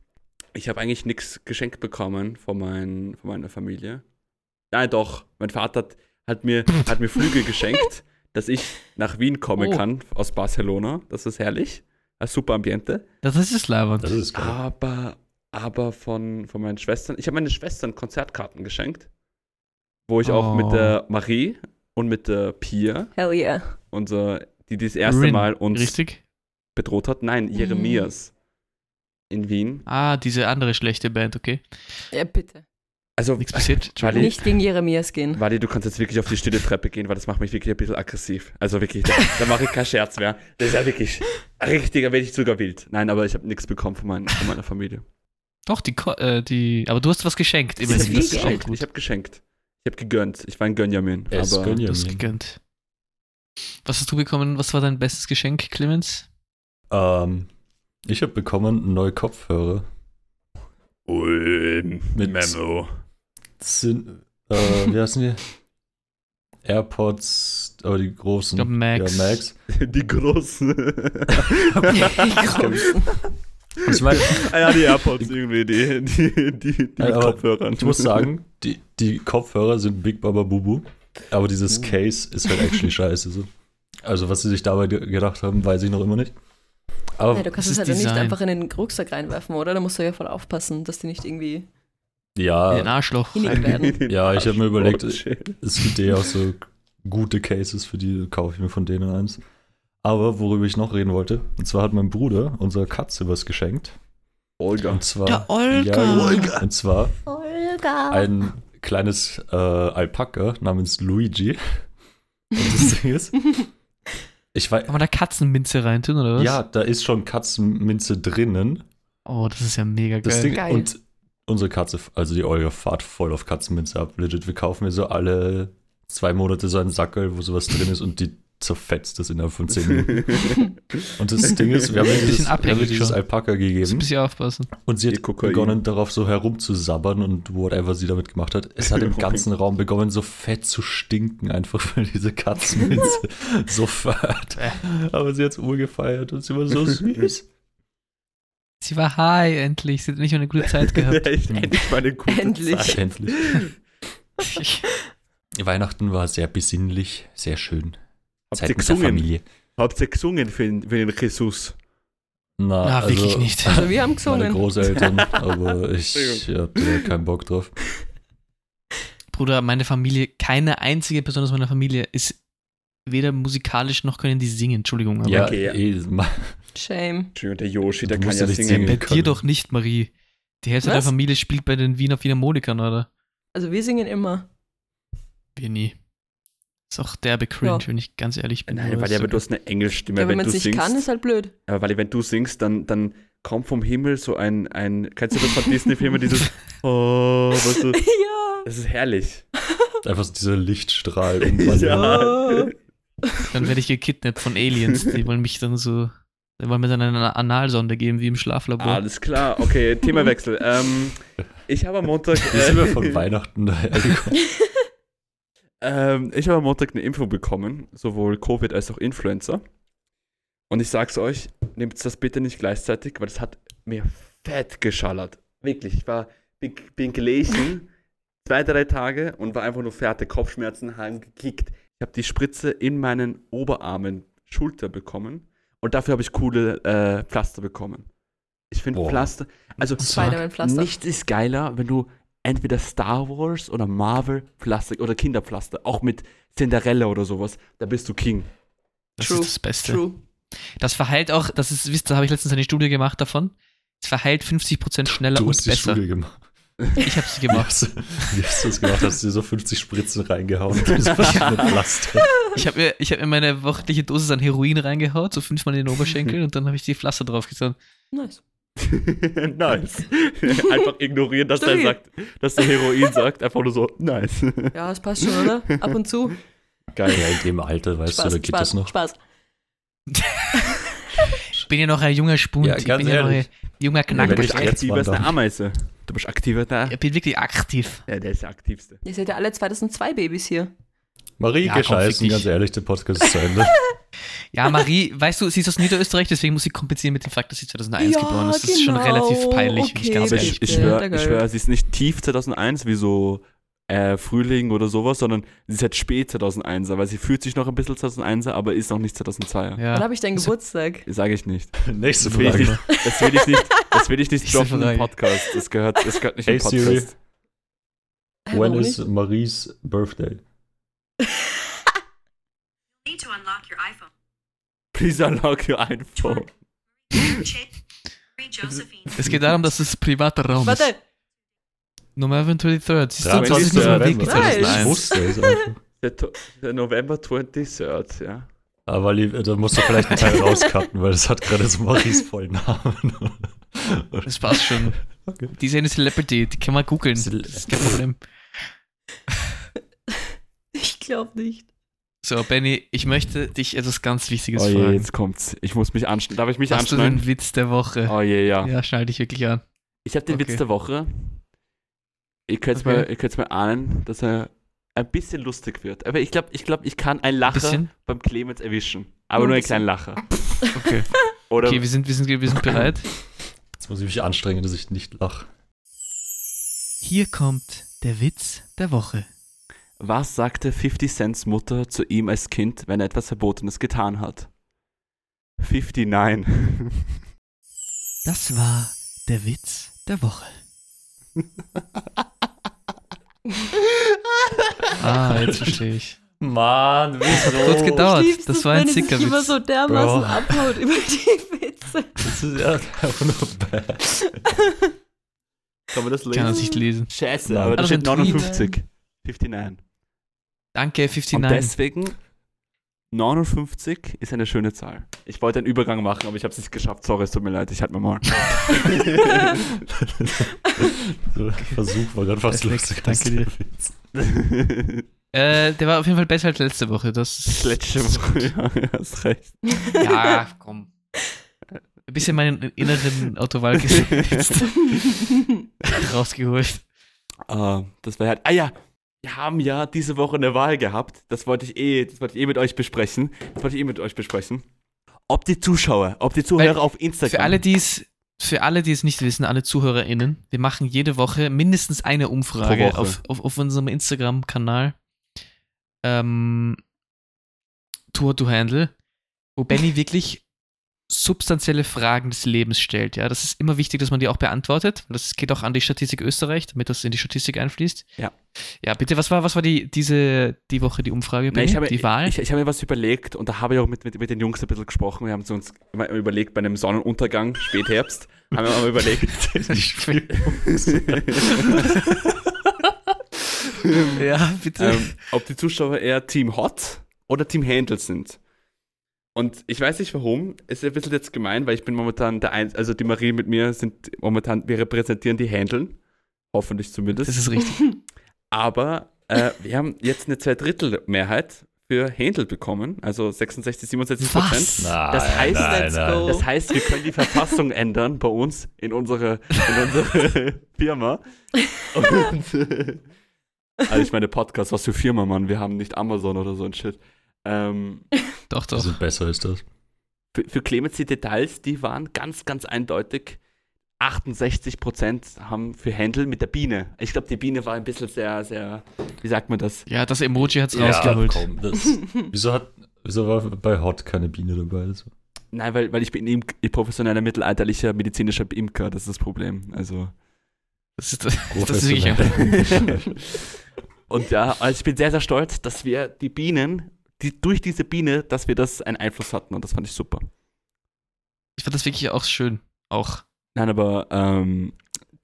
Speaker 4: Ich habe eigentlich nichts geschenkt bekommen von, mein, von meiner Familie. Nein, doch. Mein Vater hat, hat, mir, hat mir Flüge geschenkt, dass ich nach Wien kommen
Speaker 1: Oh.
Speaker 4: kann aus Barcelona. Das ist herrlich. Ein super Ambiente.
Speaker 1: Das ist es
Speaker 5: Das
Speaker 1: labernd.
Speaker 5: ist geil.
Speaker 4: Ah, Aber, aber von, von meinen Schwestern. Ich habe meinen Schwestern Konzertkarten geschenkt, wo ich auch
Speaker 1: Oh.
Speaker 4: mit der Marie und mit der Pia,
Speaker 3: Hell yeah.
Speaker 4: unser, die das erste
Speaker 1: Rin,
Speaker 4: Mal uns
Speaker 1: Richtig?
Speaker 4: bedroht hat, nein, Jeremias in Wien.
Speaker 1: Ah, diese andere schlechte Band, okay.
Speaker 3: Ja, bitte.
Speaker 4: Also,
Speaker 1: Nichts passiert.
Speaker 4: Charlie,
Speaker 3: Nicht gegen Jeremias gehen.
Speaker 4: Wally, du kannst jetzt wirklich auf die stille Treppe gehen, weil das macht mich wirklich ein bisschen aggressiv. Also wirklich, da, da mache ich keinen Scherz mehr. Das ist ja wirklich richtig, da werde ich sogar wild. Nein, aber ich habe nichts bekommen von, meinen- von meiner Familie.
Speaker 1: Doch, die, Ko- äh, die. Aber du hast was geschenkt.
Speaker 4: Ich
Speaker 3: ist
Speaker 1: Immerhin.
Speaker 4: habe
Speaker 3: viel
Speaker 1: Das ist auch
Speaker 3: Geld.
Speaker 4: geschenkt.
Speaker 1: gut.
Speaker 4: Ich habe geschenkt. Ich habe gegönnt. Ich war ein Gönjamin.
Speaker 5: Es
Speaker 4: aber
Speaker 5: gönn
Speaker 1: Du
Speaker 5: ja
Speaker 1: hast
Speaker 5: mir.
Speaker 1: gegönnt. Was hast du bekommen? Was war dein bestes Geschenk, Clemens?
Speaker 5: Ähm, ich habe bekommen neue Kopfhörer.
Speaker 4: Ulm,
Speaker 5: Mit-
Speaker 4: Memo.
Speaker 5: Sind, äh, wie heißen die? AirPods, aber die
Speaker 1: Ich
Speaker 5: großen.
Speaker 1: glaube, Max.
Speaker 5: Ja, Max.
Speaker 4: Die großen.
Speaker 5: Und ich meine,
Speaker 4: ah ja, die AirPods irgendwie, die, die, die, die
Speaker 5: Nein,
Speaker 4: mit
Speaker 5: aber
Speaker 4: Kopfhörern.
Speaker 5: ich muss sagen, die, die Kopfhörer sind Big Baba Bubu, aber
Speaker 1: Hm.
Speaker 5: dieses Case ist halt actually scheiße. So. Also, was sie sich dabei ge- gedacht haben, weiß ich noch immer nicht. Aber
Speaker 3: Ja, du
Speaker 1: Das
Speaker 3: kannst es
Speaker 1: ist
Speaker 3: halt dann nicht
Speaker 1: Design.
Speaker 3: einfach in den Rucksack reinwerfen, oder? Da musst du ja voll aufpassen, dass die nicht irgendwie
Speaker 4: Ah.
Speaker 5: ja,
Speaker 1: Den Arschloch.
Speaker 3: hinig werden.
Speaker 5: Ja, ich hab mir überlegt,
Speaker 4: Oh, shit.
Speaker 5: es gibt eh auch so gute Cases, für die kaufe ich mir von denen eins. Aber worüber ich noch reden wollte, und zwar hat mein Bruder unserer Katze was geschenkt.
Speaker 4: Olga.
Speaker 5: Und zwar.
Speaker 1: Der Olga.
Speaker 5: Ja, Und zwar
Speaker 3: Ah.
Speaker 5: ein kleines äh, Alpaka namens Luigi. Und das Ding ist. Ich weiß.
Speaker 1: Kann man da Katzenminze reintun, oder was?
Speaker 5: Ja, da ist schon Katzenminze drinnen.
Speaker 1: Oh, das ist ja mega
Speaker 5: Das
Speaker 1: geil.
Speaker 5: Ding,
Speaker 3: Geil.
Speaker 5: Und unsere Katze, also die Olga, fahrt voll auf Katzenminze ab. Legit, wir kaufen mir so alle zwei Monate so einen Sackel, wo sowas drin ist und die zerfetzt das innerhalb von 10 Minuten. Und das Ding ist, wir haben ihr
Speaker 1: Bisschen
Speaker 5: dieses, wir haben ihr
Speaker 1: abhängig
Speaker 5: dieses
Speaker 1: schon.
Speaker 5: Alpaka
Speaker 1: Muss ein
Speaker 5: gegeben
Speaker 1: bisschen aufpassen.
Speaker 5: und sie
Speaker 4: Ihr
Speaker 5: hat
Speaker 4: Kokain.
Speaker 5: begonnen, darauf so herumzusabbern und whatever sie damit gemacht hat. Es hat im ganzen Raum begonnen, so fett zu stinken, einfach weil diese Katzenminze so fad.
Speaker 1: Äh.
Speaker 5: Aber sie hat es urgefeiert und sie war so süß.
Speaker 1: Sie war high endlich. Sie hat nicht mal eine gute Zeit gehabt.
Speaker 4: Echt, endlich mal eine gute
Speaker 3: Endlich.
Speaker 4: Zeit.
Speaker 5: Endlich. Weihnachten war sehr besinnlich, sehr schön.
Speaker 4: Habt
Speaker 5: Zeit
Speaker 4: ihr
Speaker 5: mit der
Speaker 4: gesungen?
Speaker 5: Familie.
Speaker 4: Habt ihr gesungen für den, für den Jesus?
Speaker 5: Na,
Speaker 1: Na,
Speaker 5: also-
Speaker 1: wirklich nicht.
Speaker 3: Also wir haben
Speaker 5: Meine
Speaker 3: gesungen.
Speaker 5: Großeltern, aber ich hab da keinen Bock drauf.
Speaker 1: Bruder, meine Familie, keine einzige Person aus meiner Familie ist weder musikalisch noch können die singen. Entschuldigung, aber
Speaker 5: Ja,
Speaker 4: okay, ja.
Speaker 5: eh, ma-
Speaker 3: Shame.
Speaker 4: Entschuldigung, der Yoshi, der
Speaker 5: Du
Speaker 4: kann
Speaker 5: musst
Speaker 4: ja
Speaker 5: ja nicht
Speaker 1: bei
Speaker 4: singen.
Speaker 5: singen.
Speaker 1: dir
Speaker 5: können.
Speaker 1: doch nicht, Marie. Die Hälfte der
Speaker 3: Was?
Speaker 1: Familie spielt bei den Wiener Philharmonikern, oder?
Speaker 3: Also wir singen immer.
Speaker 1: Wir nie. Ist auch derbe cringe, wenn ich ganz ehrlich bin. Also,
Speaker 4: Nein,
Speaker 1: aber
Speaker 4: weil
Speaker 1: ist
Speaker 4: aber
Speaker 1: okay.
Speaker 4: du hast eine Engelstimme,
Speaker 3: Ja, wenn
Speaker 4: wenn
Speaker 3: man
Speaker 4: du
Speaker 3: es nicht
Speaker 4: singst.
Speaker 3: kann, ist halt blöd.
Speaker 4: Aber weil wenn du singst, dann, dann kommt vom Himmel so ein, ein kennst du das von Disney-Filmen, dieses Oh, was du,
Speaker 3: ja.
Speaker 4: das ist herrlich.
Speaker 5: einfach so dieser Lichtstrahl. irgendwann.
Speaker 3: Ah.
Speaker 1: Dann werde ich gekidnappt von Aliens. Die wollen mich dann so. Die wollen mir dann eine Analsonde geben, wie im Schlaflabor.
Speaker 4: Alles klar, okay, Themawechsel. ähm, ich habe am Montag,
Speaker 5: Wie sind wir
Speaker 4: äh,
Speaker 5: von Weihnachten daher gekommen?
Speaker 4: ähm, ich habe am Montag eine Impfung bekommen, sowohl Covid als auch Influenza. Und ich sag's euch, nehmt das bitte nicht gleichzeitig, weil das hat mir fett geschallert. Wirklich, ich war, bin, bin gelesen, zwei, drei Tage und war einfach nur fertig, Kopfschmerzen haben gekickt. Ich habe die Spritze in meinen Oberarmen, Schulter bekommen und dafür habe ich coole äh, Pflaster bekommen. Ich finde
Speaker 5: Boah.
Speaker 4: Pflaster, also
Speaker 3: Spider-Man-Pflaster.
Speaker 4: Nichts ist geiler, wenn du entweder Star Wars oder Marvel Plastik oder Kinderpflaster, auch mit Cinderella oder sowas, da bist du King.
Speaker 1: das
Speaker 3: True,
Speaker 1: ist das Beste.
Speaker 3: True.
Speaker 1: Das verheilt auch, das ist, wisst ihr, da habe ich letztens eine Studie gemacht davon. Es verheilt 50% schneller
Speaker 5: Du
Speaker 1: und
Speaker 5: hast die
Speaker 1: besser.
Speaker 5: Schule gemacht.
Speaker 1: Ich habe sie
Speaker 5: Wie
Speaker 1: gemacht.
Speaker 5: hast, du- wie hast du das gemacht? Hast du dir so 50 Spritzen reingehauen und diese verschiedenen Pflaster?
Speaker 1: Ich habe mir, ich hab mir meine wöchentliche Dosis an Heroin reingehaut, so fünfmal in den Oberschenkel und dann habe ich die Pflaster draufgetan.
Speaker 3: Nice.
Speaker 4: nice. einfach ignorieren, dass der
Speaker 3: Stabil.
Speaker 4: sagt, dass der Heroin sagt, einfach nur so, nice.
Speaker 3: Ja, es passt schon, oder? Ab und zu.
Speaker 5: Geil. Ja, in dem Alter, weißt
Speaker 3: Spaß,
Speaker 5: du, da geht
Speaker 3: Spaß,
Speaker 5: das noch.
Speaker 3: Spaß.
Speaker 1: Ich bin ja noch ein junger Spund.
Speaker 5: Ja,
Speaker 1: ich
Speaker 5: ganz
Speaker 1: bin ja noch ein
Speaker 5: ehrlich.
Speaker 1: junger
Speaker 5: Ja,
Speaker 1: Knack.
Speaker 5: wenn
Speaker 1: ich
Speaker 5: ich jetzt
Speaker 4: aktiver als eine
Speaker 5: wandern.
Speaker 4: Ameise. Du bist aktiver da.
Speaker 1: bin wirklich aktiv.
Speaker 4: Ja, der ist der aktivste.
Speaker 3: Ihr seid ja alle 2002 Babys hier.
Speaker 1: Ja,
Speaker 5: Marie, ja,
Speaker 1: komm, fick
Speaker 5: scheißen,
Speaker 1: dich.
Speaker 5: ganz ehrlich, der Podcast ist zu Ende.
Speaker 1: Ja, Marie, weißt du, sie ist aus Niederösterreich, deswegen muss sie kompensieren mit dem Fakt, dass sie 2001
Speaker 3: Ja,
Speaker 1: geboren ist. Das ist schon
Speaker 3: genau.
Speaker 1: relativ peinlich, wenn ich
Speaker 3: Okay,
Speaker 1: ganz
Speaker 4: Aber
Speaker 3: Eben.
Speaker 1: ehrlich
Speaker 4: ich, ich
Speaker 1: bin.
Speaker 3: Ja,
Speaker 4: schwöre,
Speaker 3: geil.
Speaker 4: ich schwör, sie ist nicht tief 2001 wie so äh, Frühling oder sowas, sondern sie ist halt spät 2001er, weil sie fühlt sich noch ein bisschen 2001er, aber ist noch nicht 2002er.
Speaker 1: Ja.
Speaker 3: Wann habe ich deinen
Speaker 1: Das-
Speaker 3: Geburtstag?
Speaker 4: Sage ich nicht.
Speaker 5: Nächste
Speaker 4: Das will, ich
Speaker 5: Frage.
Speaker 4: nicht, das will ich nicht, das will ich nicht
Speaker 1: Nächste
Speaker 4: droppen
Speaker 1: Frage.
Speaker 4: im Podcast. Das gehört, das gehört nicht
Speaker 5: Hey
Speaker 4: im Podcast.
Speaker 3: Hä,
Speaker 5: When
Speaker 3: warum
Speaker 5: is
Speaker 3: nicht?
Speaker 5: Maries Birthday?
Speaker 6: Need to unlock your iPhone.
Speaker 4: Please unlock your iPhone.
Speaker 6: Marie Josephine.
Speaker 1: Es geht darum, dass es privater Raum ist.
Speaker 3: Warte,
Speaker 1: November 23rd. Siehst du,
Speaker 4: 23.
Speaker 1: das ist nur wirklich
Speaker 5: November. Ich
Speaker 1: 2001.
Speaker 5: wusste es einfach.
Speaker 4: Der, To- der November 23rd, ja.
Speaker 5: Aber lieb, Ah, da musst du vielleicht einen Teil rauscutten, weil das hat gerade so Maurice vollen Namen.
Speaker 1: Das passt schon.
Speaker 5: Okay.
Speaker 1: Die ist eine Celebrity, die kann man googeln. Das
Speaker 5: Cel-
Speaker 1: ist kein Problem.
Speaker 3: ich glaube nicht.
Speaker 1: So, Benny, ich möchte dich etwas ganz Wichtiges
Speaker 4: Oh je,
Speaker 1: fragen.
Speaker 4: jetzt kommt's. Ich muss mich anschneiden. Darf ich mich
Speaker 1: Hast du den
Speaker 4: anschneiden?
Speaker 1: Witz der Woche?
Speaker 4: Oh je, ja.
Speaker 1: Ja, schnall dich wirklich an.
Speaker 4: Ich habe den
Speaker 1: Okay.
Speaker 4: Witz der Woche. Ihr könnt's
Speaker 1: Okay.
Speaker 4: mal, ihr könnt's mal ahnen, dass er ein bisschen lustig wird. Aber ich glaube, ich glaube, ich kann ein
Speaker 1: Ein
Speaker 4: Lacher
Speaker 1: bisschen?
Speaker 4: beim Clemens erwischen. Aber
Speaker 3: Nur
Speaker 4: nur
Speaker 3: ein
Speaker 4: einen kleinen Lacher.
Speaker 1: Okay,
Speaker 4: Oder
Speaker 1: okay wir, sind, wir, sind, wir sind bereit.
Speaker 5: Jetzt muss ich mich anstrengen, dass ich nicht lache.
Speaker 1: Hier kommt der Witz der Woche.
Speaker 4: was sagte 50 Cents Mutter zu ihm als Kind, wenn er etwas Verbotenes getan hat? 59.
Speaker 1: Das war der Witz der Woche. Ah, jetzt verstehe ich.
Speaker 5: Mann, wieso?
Speaker 1: Kurz gedauert.
Speaker 3: Liebst
Speaker 1: Das
Speaker 3: es,
Speaker 1: war ein
Speaker 3: wenn sie sich immer
Speaker 1: Zickerwitz.
Speaker 3: so dermaßen
Speaker 5: Bro.
Speaker 3: abhaut über die Witze.
Speaker 5: Das ist ja einfach nur bad.
Speaker 4: Kann man das
Speaker 1: Ich kann das nicht lesen.
Speaker 4: Scheiße,
Speaker 5: Nein.
Speaker 4: aber da
Speaker 1: Also
Speaker 4: steht
Speaker 1: ein Tweet.
Speaker 4: 59. 59.
Speaker 1: Danke,
Speaker 4: Und
Speaker 1: 59.
Speaker 4: deswegen, 59 ist eine schöne Zahl. Ich wollte einen Übergang machen, aber ich habe es nicht geschafft. Sorry, es tut mir leid, ich halte mir mal.
Speaker 5: So, der Versuch war gerade fast
Speaker 1: Perfekt,
Speaker 5: lustig.
Speaker 1: danke dir.
Speaker 5: Witz.
Speaker 1: Äh, der war auf jeden Fall besser als letzte Woche. Das ist
Speaker 4: Letzte Woche. Ja, ja, hast recht.
Speaker 1: Ja, komm. Ein bisschen meinen inneren Autowahl gesetzt. Rausgeholt.
Speaker 4: Ah, das war halt. Ah ja, wir haben ja diese Woche eine Wahl gehabt. Das wollte ich eh, das wollte ich eh mit euch besprechen. Das wollte ich eh mit euch besprechen. Ob die Zuschauer, ob die Zuhörer
Speaker 1: Weil-
Speaker 4: auf Instagram.
Speaker 1: Für alle, die es. Für alle, die es nicht wissen, alle ZuhörerInnen, wir machen jede Woche mindestens eine Umfrage
Speaker 4: Pro Woche.
Speaker 1: Auf, auf, auf unserem Instagram-Kanal. Ähm, Tour to Handle, wo Benny wirklich substanzielle Fragen des Lebens stellt. Ja, das ist immer wichtig, dass man die auch beantwortet. Das geht auch an die Statistik Österreich, damit das in die Statistik einfließt.
Speaker 4: Ja.
Speaker 1: Ja, bitte, was war, was war die, diese, die Woche die Umfrage,
Speaker 4: Nee,
Speaker 1: Benny?
Speaker 4: ich habe
Speaker 1: die Wahl?
Speaker 4: Ich, ich habe mir was überlegt und da habe ich auch mit, mit, mit den Jungs ein bisschen gesprochen. Wir haben zu uns immer überlegt, bei einem Sonnenuntergang, Spätherbst, haben wir mal überlegt.
Speaker 1: ja, bitte.
Speaker 4: ähm, ob die Zuschauer eher Team Hot oder Team Handel sind. Und ich weiß nicht warum, ist ein bisschen jetzt gemein, weil ich bin momentan der Einzige, also die Marie mit mir sind momentan, wir repräsentieren die Handeln, hoffentlich zumindest.
Speaker 1: das ist richtig.
Speaker 4: Aber äh, wir haben jetzt eine Zweidrittelmehrheit für Handel bekommen, also 66, 67 Prozent.
Speaker 1: Was?
Speaker 4: Das heißt,
Speaker 3: let's go.
Speaker 4: Das heißt, wir können die Verfassung ändern bei uns in unsere, in unsere Firma. Und, äh, also ich meine, Podcast, was für Firma, Mann. Wir haben nicht Amazon oder so ein Shit. Ähm,
Speaker 1: Doch, doch.
Speaker 5: Also besser ist das.
Speaker 4: für, für Clemens die Details, die waren ganz, ganz eindeutig. 68% haben für Händel mit der Biene. Ich glaube, die Biene war ein bisschen sehr, sehr, wie sagt man das?
Speaker 1: Ja, das Emoji hat's rausgeholt.
Speaker 5: Ja, komm, das, wieso, hat, wieso war bei Hot keine Biene dabei? Also,
Speaker 4: Nein, weil, weil ich bin im, professioneller mittelalterlicher medizinischer Imker, das ist das Problem. Also.
Speaker 1: Das ist, das ist wirklich
Speaker 5: professionell.
Speaker 4: Und ja, also ich bin sehr, sehr stolz, dass wir die Bienen, die, durch diese Biene, dass wir das einen Einfluss hatten und das fand ich super.
Speaker 1: Ich fand das wirklich auch schön. Auch.
Speaker 4: Nein, aber ähm,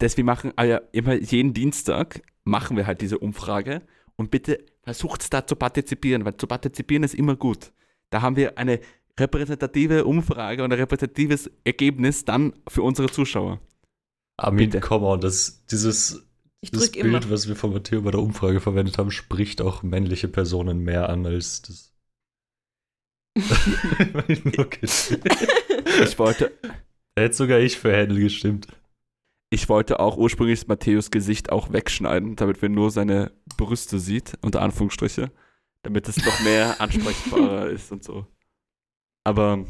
Speaker 4: deswegen machen, ah ja, immer jeden Dienstag machen wir halt diese Umfrage und bitte versucht da zu partizipieren, weil zu partizipieren ist immer gut. Da haben wir eine repräsentative Umfrage und ein repräsentatives Ergebnis dann für unsere Zuschauer.
Speaker 5: Armin,
Speaker 4: Bitte.
Speaker 5: come on, das, dieses
Speaker 3: Ich
Speaker 5: das
Speaker 3: drücke
Speaker 5: Bild,
Speaker 3: immer.
Speaker 5: was wir von Matteo bei der Umfrage verwendet haben, spricht auch männliche Personen mehr an als das. okay.
Speaker 4: Ich wollte,
Speaker 5: Da hätte sogar ich für Händel gestimmt.
Speaker 4: Ich wollte auch ursprünglich Matthäus Gesicht auch wegschneiden, damit wir nur seine Brüste sieht, unter Anführungsstriche, damit es noch mehr ansprechbarer ist und so. Aber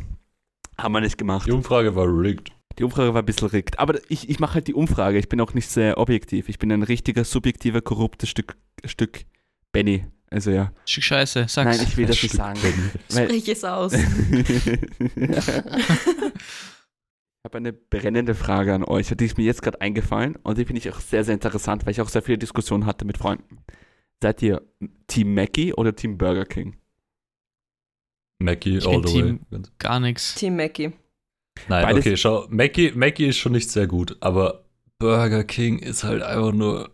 Speaker 4: haben wir nicht gemacht.
Speaker 5: Die Umfrage war rigged.
Speaker 4: Die Umfrage war ein bisschen rickt. Aber ich, ich mache halt die Umfrage. Ich bin auch nicht sehr objektiv. Ich bin ein richtiger, subjektiver, korruptes Stück, Stück Benny. Also ja.
Speaker 1: Stück Scheiße, sag's.
Speaker 4: Nein, ich will das
Speaker 5: Stück
Speaker 4: nicht sagen.
Speaker 5: Benny.
Speaker 4: Weil-
Speaker 3: Sprich es aus.
Speaker 4: Ich habe eine brennende Frage an euch, die ist mir jetzt gerade eingefallen und die finde ich auch sehr, sehr interessant, weil ich auch sehr viele Diskussionen hatte mit Freunden. Seid ihr Team Mackie oder Team Burger King?
Speaker 5: Mackie
Speaker 1: Ich bin
Speaker 5: all the way.
Speaker 1: Team- Gar nichts.
Speaker 3: Team Mackie.
Speaker 5: Nein,
Speaker 4: Beides-
Speaker 5: okay, schau, Mackie, Mackie ist schon nicht sehr gut, aber Burger King ist halt einfach nur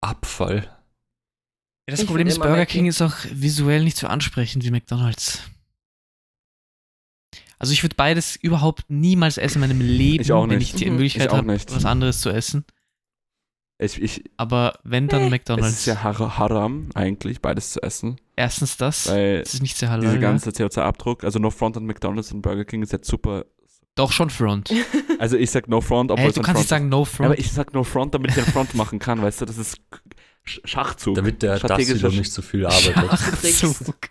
Speaker 5: Abfall.
Speaker 1: Ja, das
Speaker 3: Ich
Speaker 1: Problem
Speaker 3: find
Speaker 1: ist,
Speaker 3: immer
Speaker 1: Burger
Speaker 3: Mackey.
Speaker 1: King ist auch visuell nicht so ansprechend wie McDonalds. Also ich würde beides überhaupt niemals essen in meinem Leben,
Speaker 4: Ich auch
Speaker 1: wenn
Speaker 4: nicht.
Speaker 1: ich die
Speaker 3: Mhm.
Speaker 1: Möglichkeit
Speaker 4: Ich auch
Speaker 1: habe,
Speaker 4: nicht.
Speaker 1: was anderes zu essen.
Speaker 4: Ich, ich,
Speaker 1: Aber wenn dann
Speaker 4: es
Speaker 1: McDonalds.
Speaker 4: ist ja har haram eigentlich, beides zu essen,
Speaker 1: Erstens das,
Speaker 4: weil
Speaker 1: das ist nicht sehr halal. ne?
Speaker 4: dieser
Speaker 1: ja.
Speaker 4: ganze CO2-Abdruck, also No Front an McDonalds und Burger King ist jetzt super.
Speaker 1: Doch schon Front.
Speaker 4: Also ich sag No Front, obwohl
Speaker 1: Hey,
Speaker 4: es
Speaker 1: du
Speaker 4: ein
Speaker 1: kannst
Speaker 4: Front
Speaker 1: nicht sagen No
Speaker 4: ist.
Speaker 1: Front.
Speaker 4: Aber ich sag No Front, damit ich den Front machen kann, weißt du, das ist Sch- Schachzug.
Speaker 5: Damit der das
Speaker 4: Strategischer
Speaker 5: wieder nicht so viel Arbeit hat.
Speaker 1: Schachzug.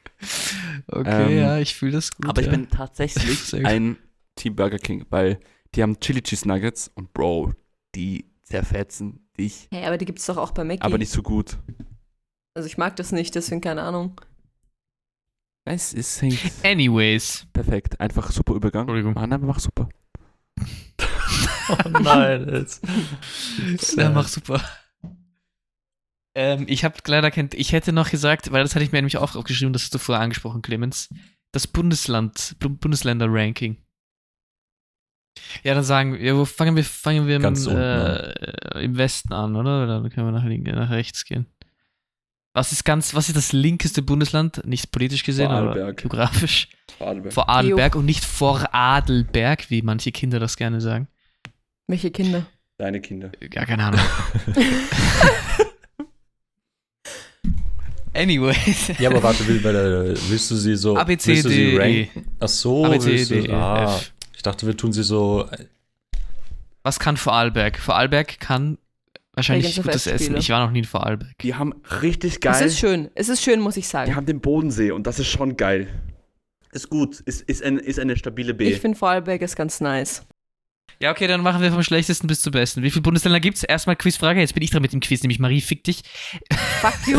Speaker 1: Okay,
Speaker 4: Ähm,
Speaker 1: ja, ich fühle das gut.
Speaker 4: Aber ich
Speaker 1: ja.
Speaker 4: bin tatsächlich
Speaker 1: Sehr gut.
Speaker 4: ein Team Burger King, weil die haben Chili Cheese Nuggets und Bro, die zerfetzen dich,
Speaker 3: Hey, aber die gibt es doch auch bei Mackie.
Speaker 4: aber nicht so gut.
Speaker 3: Also ich mag das nicht, deswegen keine Ahnung.
Speaker 4: Es ist hängt
Speaker 1: Anyways.
Speaker 4: perfekt. Einfach super Übergang.
Speaker 1: Entschuldigung.
Speaker 4: Ah, nein, mach super.
Speaker 5: oh nein, jetzt.
Speaker 1: Ja, mach super. Ähm, ich habe leider kein. Ich hätte noch gesagt, weil das hatte ich mir nämlich auch aufgeschrieben, das hast du vorher angesprochen, Clemens. Das Bundesland, Bu- Bundesländer-Ranking. Ja, dann sagen wir, ja, wo fangen wir, fangen wir
Speaker 5: Ganz
Speaker 1: im,
Speaker 5: unten
Speaker 1: äh, im Westen an, oder? Dann können wir nach, links, nach rechts gehen. Was ist ganz, was ist das linkeste Bundesland? Nicht politisch gesehen, aber
Speaker 7: Vorarlberg.
Speaker 1: geografisch.
Speaker 7: Vorarlberg.
Speaker 1: Vor Adelberg und nicht vor Adelberg, wie manche Kinder das gerne sagen.
Speaker 3: Welche Kinder?
Speaker 7: Deine Kinder.
Speaker 1: Gar keine Ahnung. Anyways.
Speaker 5: Ja, aber warte, will- weil, äh, willst du sie so.
Speaker 1: A, B, C,
Speaker 5: willst du sie
Speaker 1: D, E.
Speaker 5: ranken? Ach so,
Speaker 1: A, B, C,
Speaker 5: willst du,
Speaker 1: D, E,
Speaker 5: ah,
Speaker 1: F.
Speaker 5: Ich dachte, wir tun sie so. äh,
Speaker 1: Was kann Vorarlberg? Vorarlberg kann wahrscheinlich
Speaker 3: Regenzer
Speaker 1: gutes Essen.
Speaker 3: Festspiele.
Speaker 1: Ich war noch nie in Vorarlberg.
Speaker 4: Die haben richtig
Speaker 3: Es
Speaker 4: geil.
Speaker 3: ist schön. Es ist schön, muss ich
Speaker 4: Die
Speaker 3: sagen.
Speaker 4: haben den Bodensee und das ist schon geil. Ist gut. Ist, ist, ein, ist eine stabile B.
Speaker 3: Ich finde Vorarlberg ist ganz nice.
Speaker 1: Ja, okay, dann machen wir vom schlechtesten bis zum besten. Wie viele Bundesländer gibt's? Erstmal Quizfrage. Jetzt bin ich dran mit dem Quiz, nämlich Marie, fick dich.
Speaker 3: Fuck you.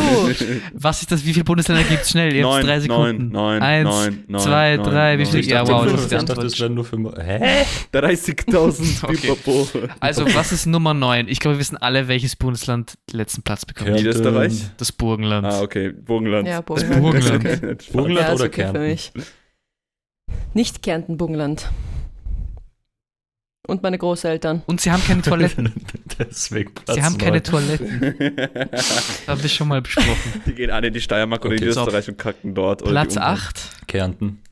Speaker 1: Was ist das? Wie viele Bundesländer gibt's? Schnell, jetzt
Speaker 8: Neun,
Speaker 1: drei Sekunden.
Speaker 8: neun, neun,
Speaker 1: Eins,
Speaker 8: neun, neun,
Speaker 1: zwei,
Speaker 8: neun,
Speaker 1: drei, wie
Speaker 8: neun.
Speaker 1: viel?
Speaker 8: Ich
Speaker 1: Ja,
Speaker 8: dachte,
Speaker 1: wow,
Speaker 5: fünf,
Speaker 1: das ist die
Speaker 5: ich dachte,
Speaker 1: Antwort.
Speaker 5: das wären nur für. Hä?
Speaker 8: 30.000
Speaker 1: Okay.
Speaker 8: Pipapo.
Speaker 1: Also, was ist Nummer 9? Ich glaube, wir wissen alle, welches Bundesland den letzten Platz bekommt.
Speaker 5: Kärnten,
Speaker 8: Niederösterreich?
Speaker 1: Das Burgenland.
Speaker 8: Ah, okay, Burgenland.
Speaker 3: Ja,
Speaker 1: Das
Speaker 3: Burgenland.
Speaker 1: Burgenland.
Speaker 5: Burgenland
Speaker 3: Ja, ist
Speaker 5: oder
Speaker 3: okay für
Speaker 5: Kärnten?
Speaker 3: mich. Nicht Kärnten, Burgenland. Und meine Großeltern.
Speaker 1: Und sie haben keine Toiletten.
Speaker 5: Deswegen Platz
Speaker 1: Sie haben keine
Speaker 5: neun.
Speaker 1: Toiletten. Das haben wir schon mal besprochen.
Speaker 8: Die gehen alle in die Steiermark oder
Speaker 5: Okay,
Speaker 8: in
Speaker 1: so.
Speaker 8: Österreich und kacken dort. um. oder die
Speaker 1: Platz
Speaker 8: Ungarn.
Speaker 1: 8.
Speaker 5: Kärnten.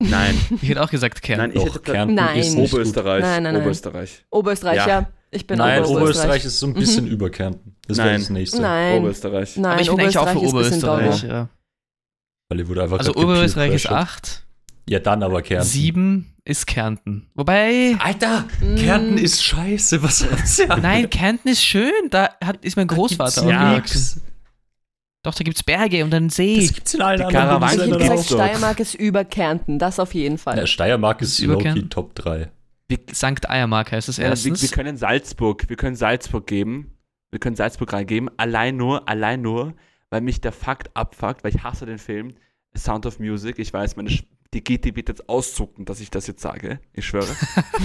Speaker 4: Nein,
Speaker 1: Ich hätte auch gesagt Kern.
Speaker 4: nein, ich
Speaker 5: Doch,
Speaker 4: hätte gesagt,
Speaker 5: Kärnten
Speaker 3: Nein.
Speaker 5: ist nicht gut.
Speaker 8: Oberösterreich.
Speaker 3: Nein, nein, nein.
Speaker 4: Oberösterreich.
Speaker 3: Oberösterreich,
Speaker 4: Ja.
Speaker 3: ja. Ich bin
Speaker 5: Nein,
Speaker 3: Oberösterreich.
Speaker 5: Oberösterreich ist so ein bisschen
Speaker 1: Mhm.
Speaker 5: über Kärnten. Das wäre
Speaker 8: Nein.
Speaker 5: das nächste.
Speaker 3: Nein,
Speaker 8: Oberösterreich.
Speaker 3: nein,
Speaker 1: Aber ich bin eigentlich auch für
Speaker 3: Oberösterreich ist ein bisschen
Speaker 1: Oberösterreich.
Speaker 3: teurer.
Speaker 1: Ja.
Speaker 5: Weil ich wurde einfach
Speaker 1: Also
Speaker 5: grad
Speaker 1: Oberösterreich ist
Speaker 5: gepeer-pressured.
Speaker 1: 8,
Speaker 5: Ja, dann aber Kärnten.
Speaker 1: 7 ist Kärnten. Wobei,
Speaker 5: Alter,
Speaker 3: Mm.
Speaker 5: Kärnten ist scheiße. Was hat's ja?
Speaker 1: nein, Kärnten ist schön. Da hat, ist mein Großvater
Speaker 5: gibt's
Speaker 1: aufgewachsen.
Speaker 5: nix.
Speaker 1: Doch, da gibt's Berge und einen See.
Speaker 5: Das gibt's in allen
Speaker 8: Die
Speaker 5: anderen
Speaker 8: Karawanken
Speaker 3: Ich hätte
Speaker 5: Bundesländern
Speaker 8: gibt's
Speaker 3: gesagt,
Speaker 5: auch.
Speaker 8: Oberösterreich.
Speaker 3: Hm. Steiermark ist über Kärnten, das auf jeden Fall.
Speaker 5: Ja, Steiermark ist
Speaker 1: Über
Speaker 5: Loki
Speaker 1: Kärnten.
Speaker 5: Top 3.
Speaker 1: Sankt Eiermark heißt das
Speaker 4: Ja, wir, wir
Speaker 1: erstens.
Speaker 4: können Salzburg, wir können Salzburg geben. Wir können Salzburg reingeben. Allein nur, allein nur, weil mich der Fakt abfuckt, weil ich hasse den Film Sound of Music. Ich weiß, meine Sch die Gitti wird jetzt auszucken, dass ich das jetzt sage. Ich schwöre.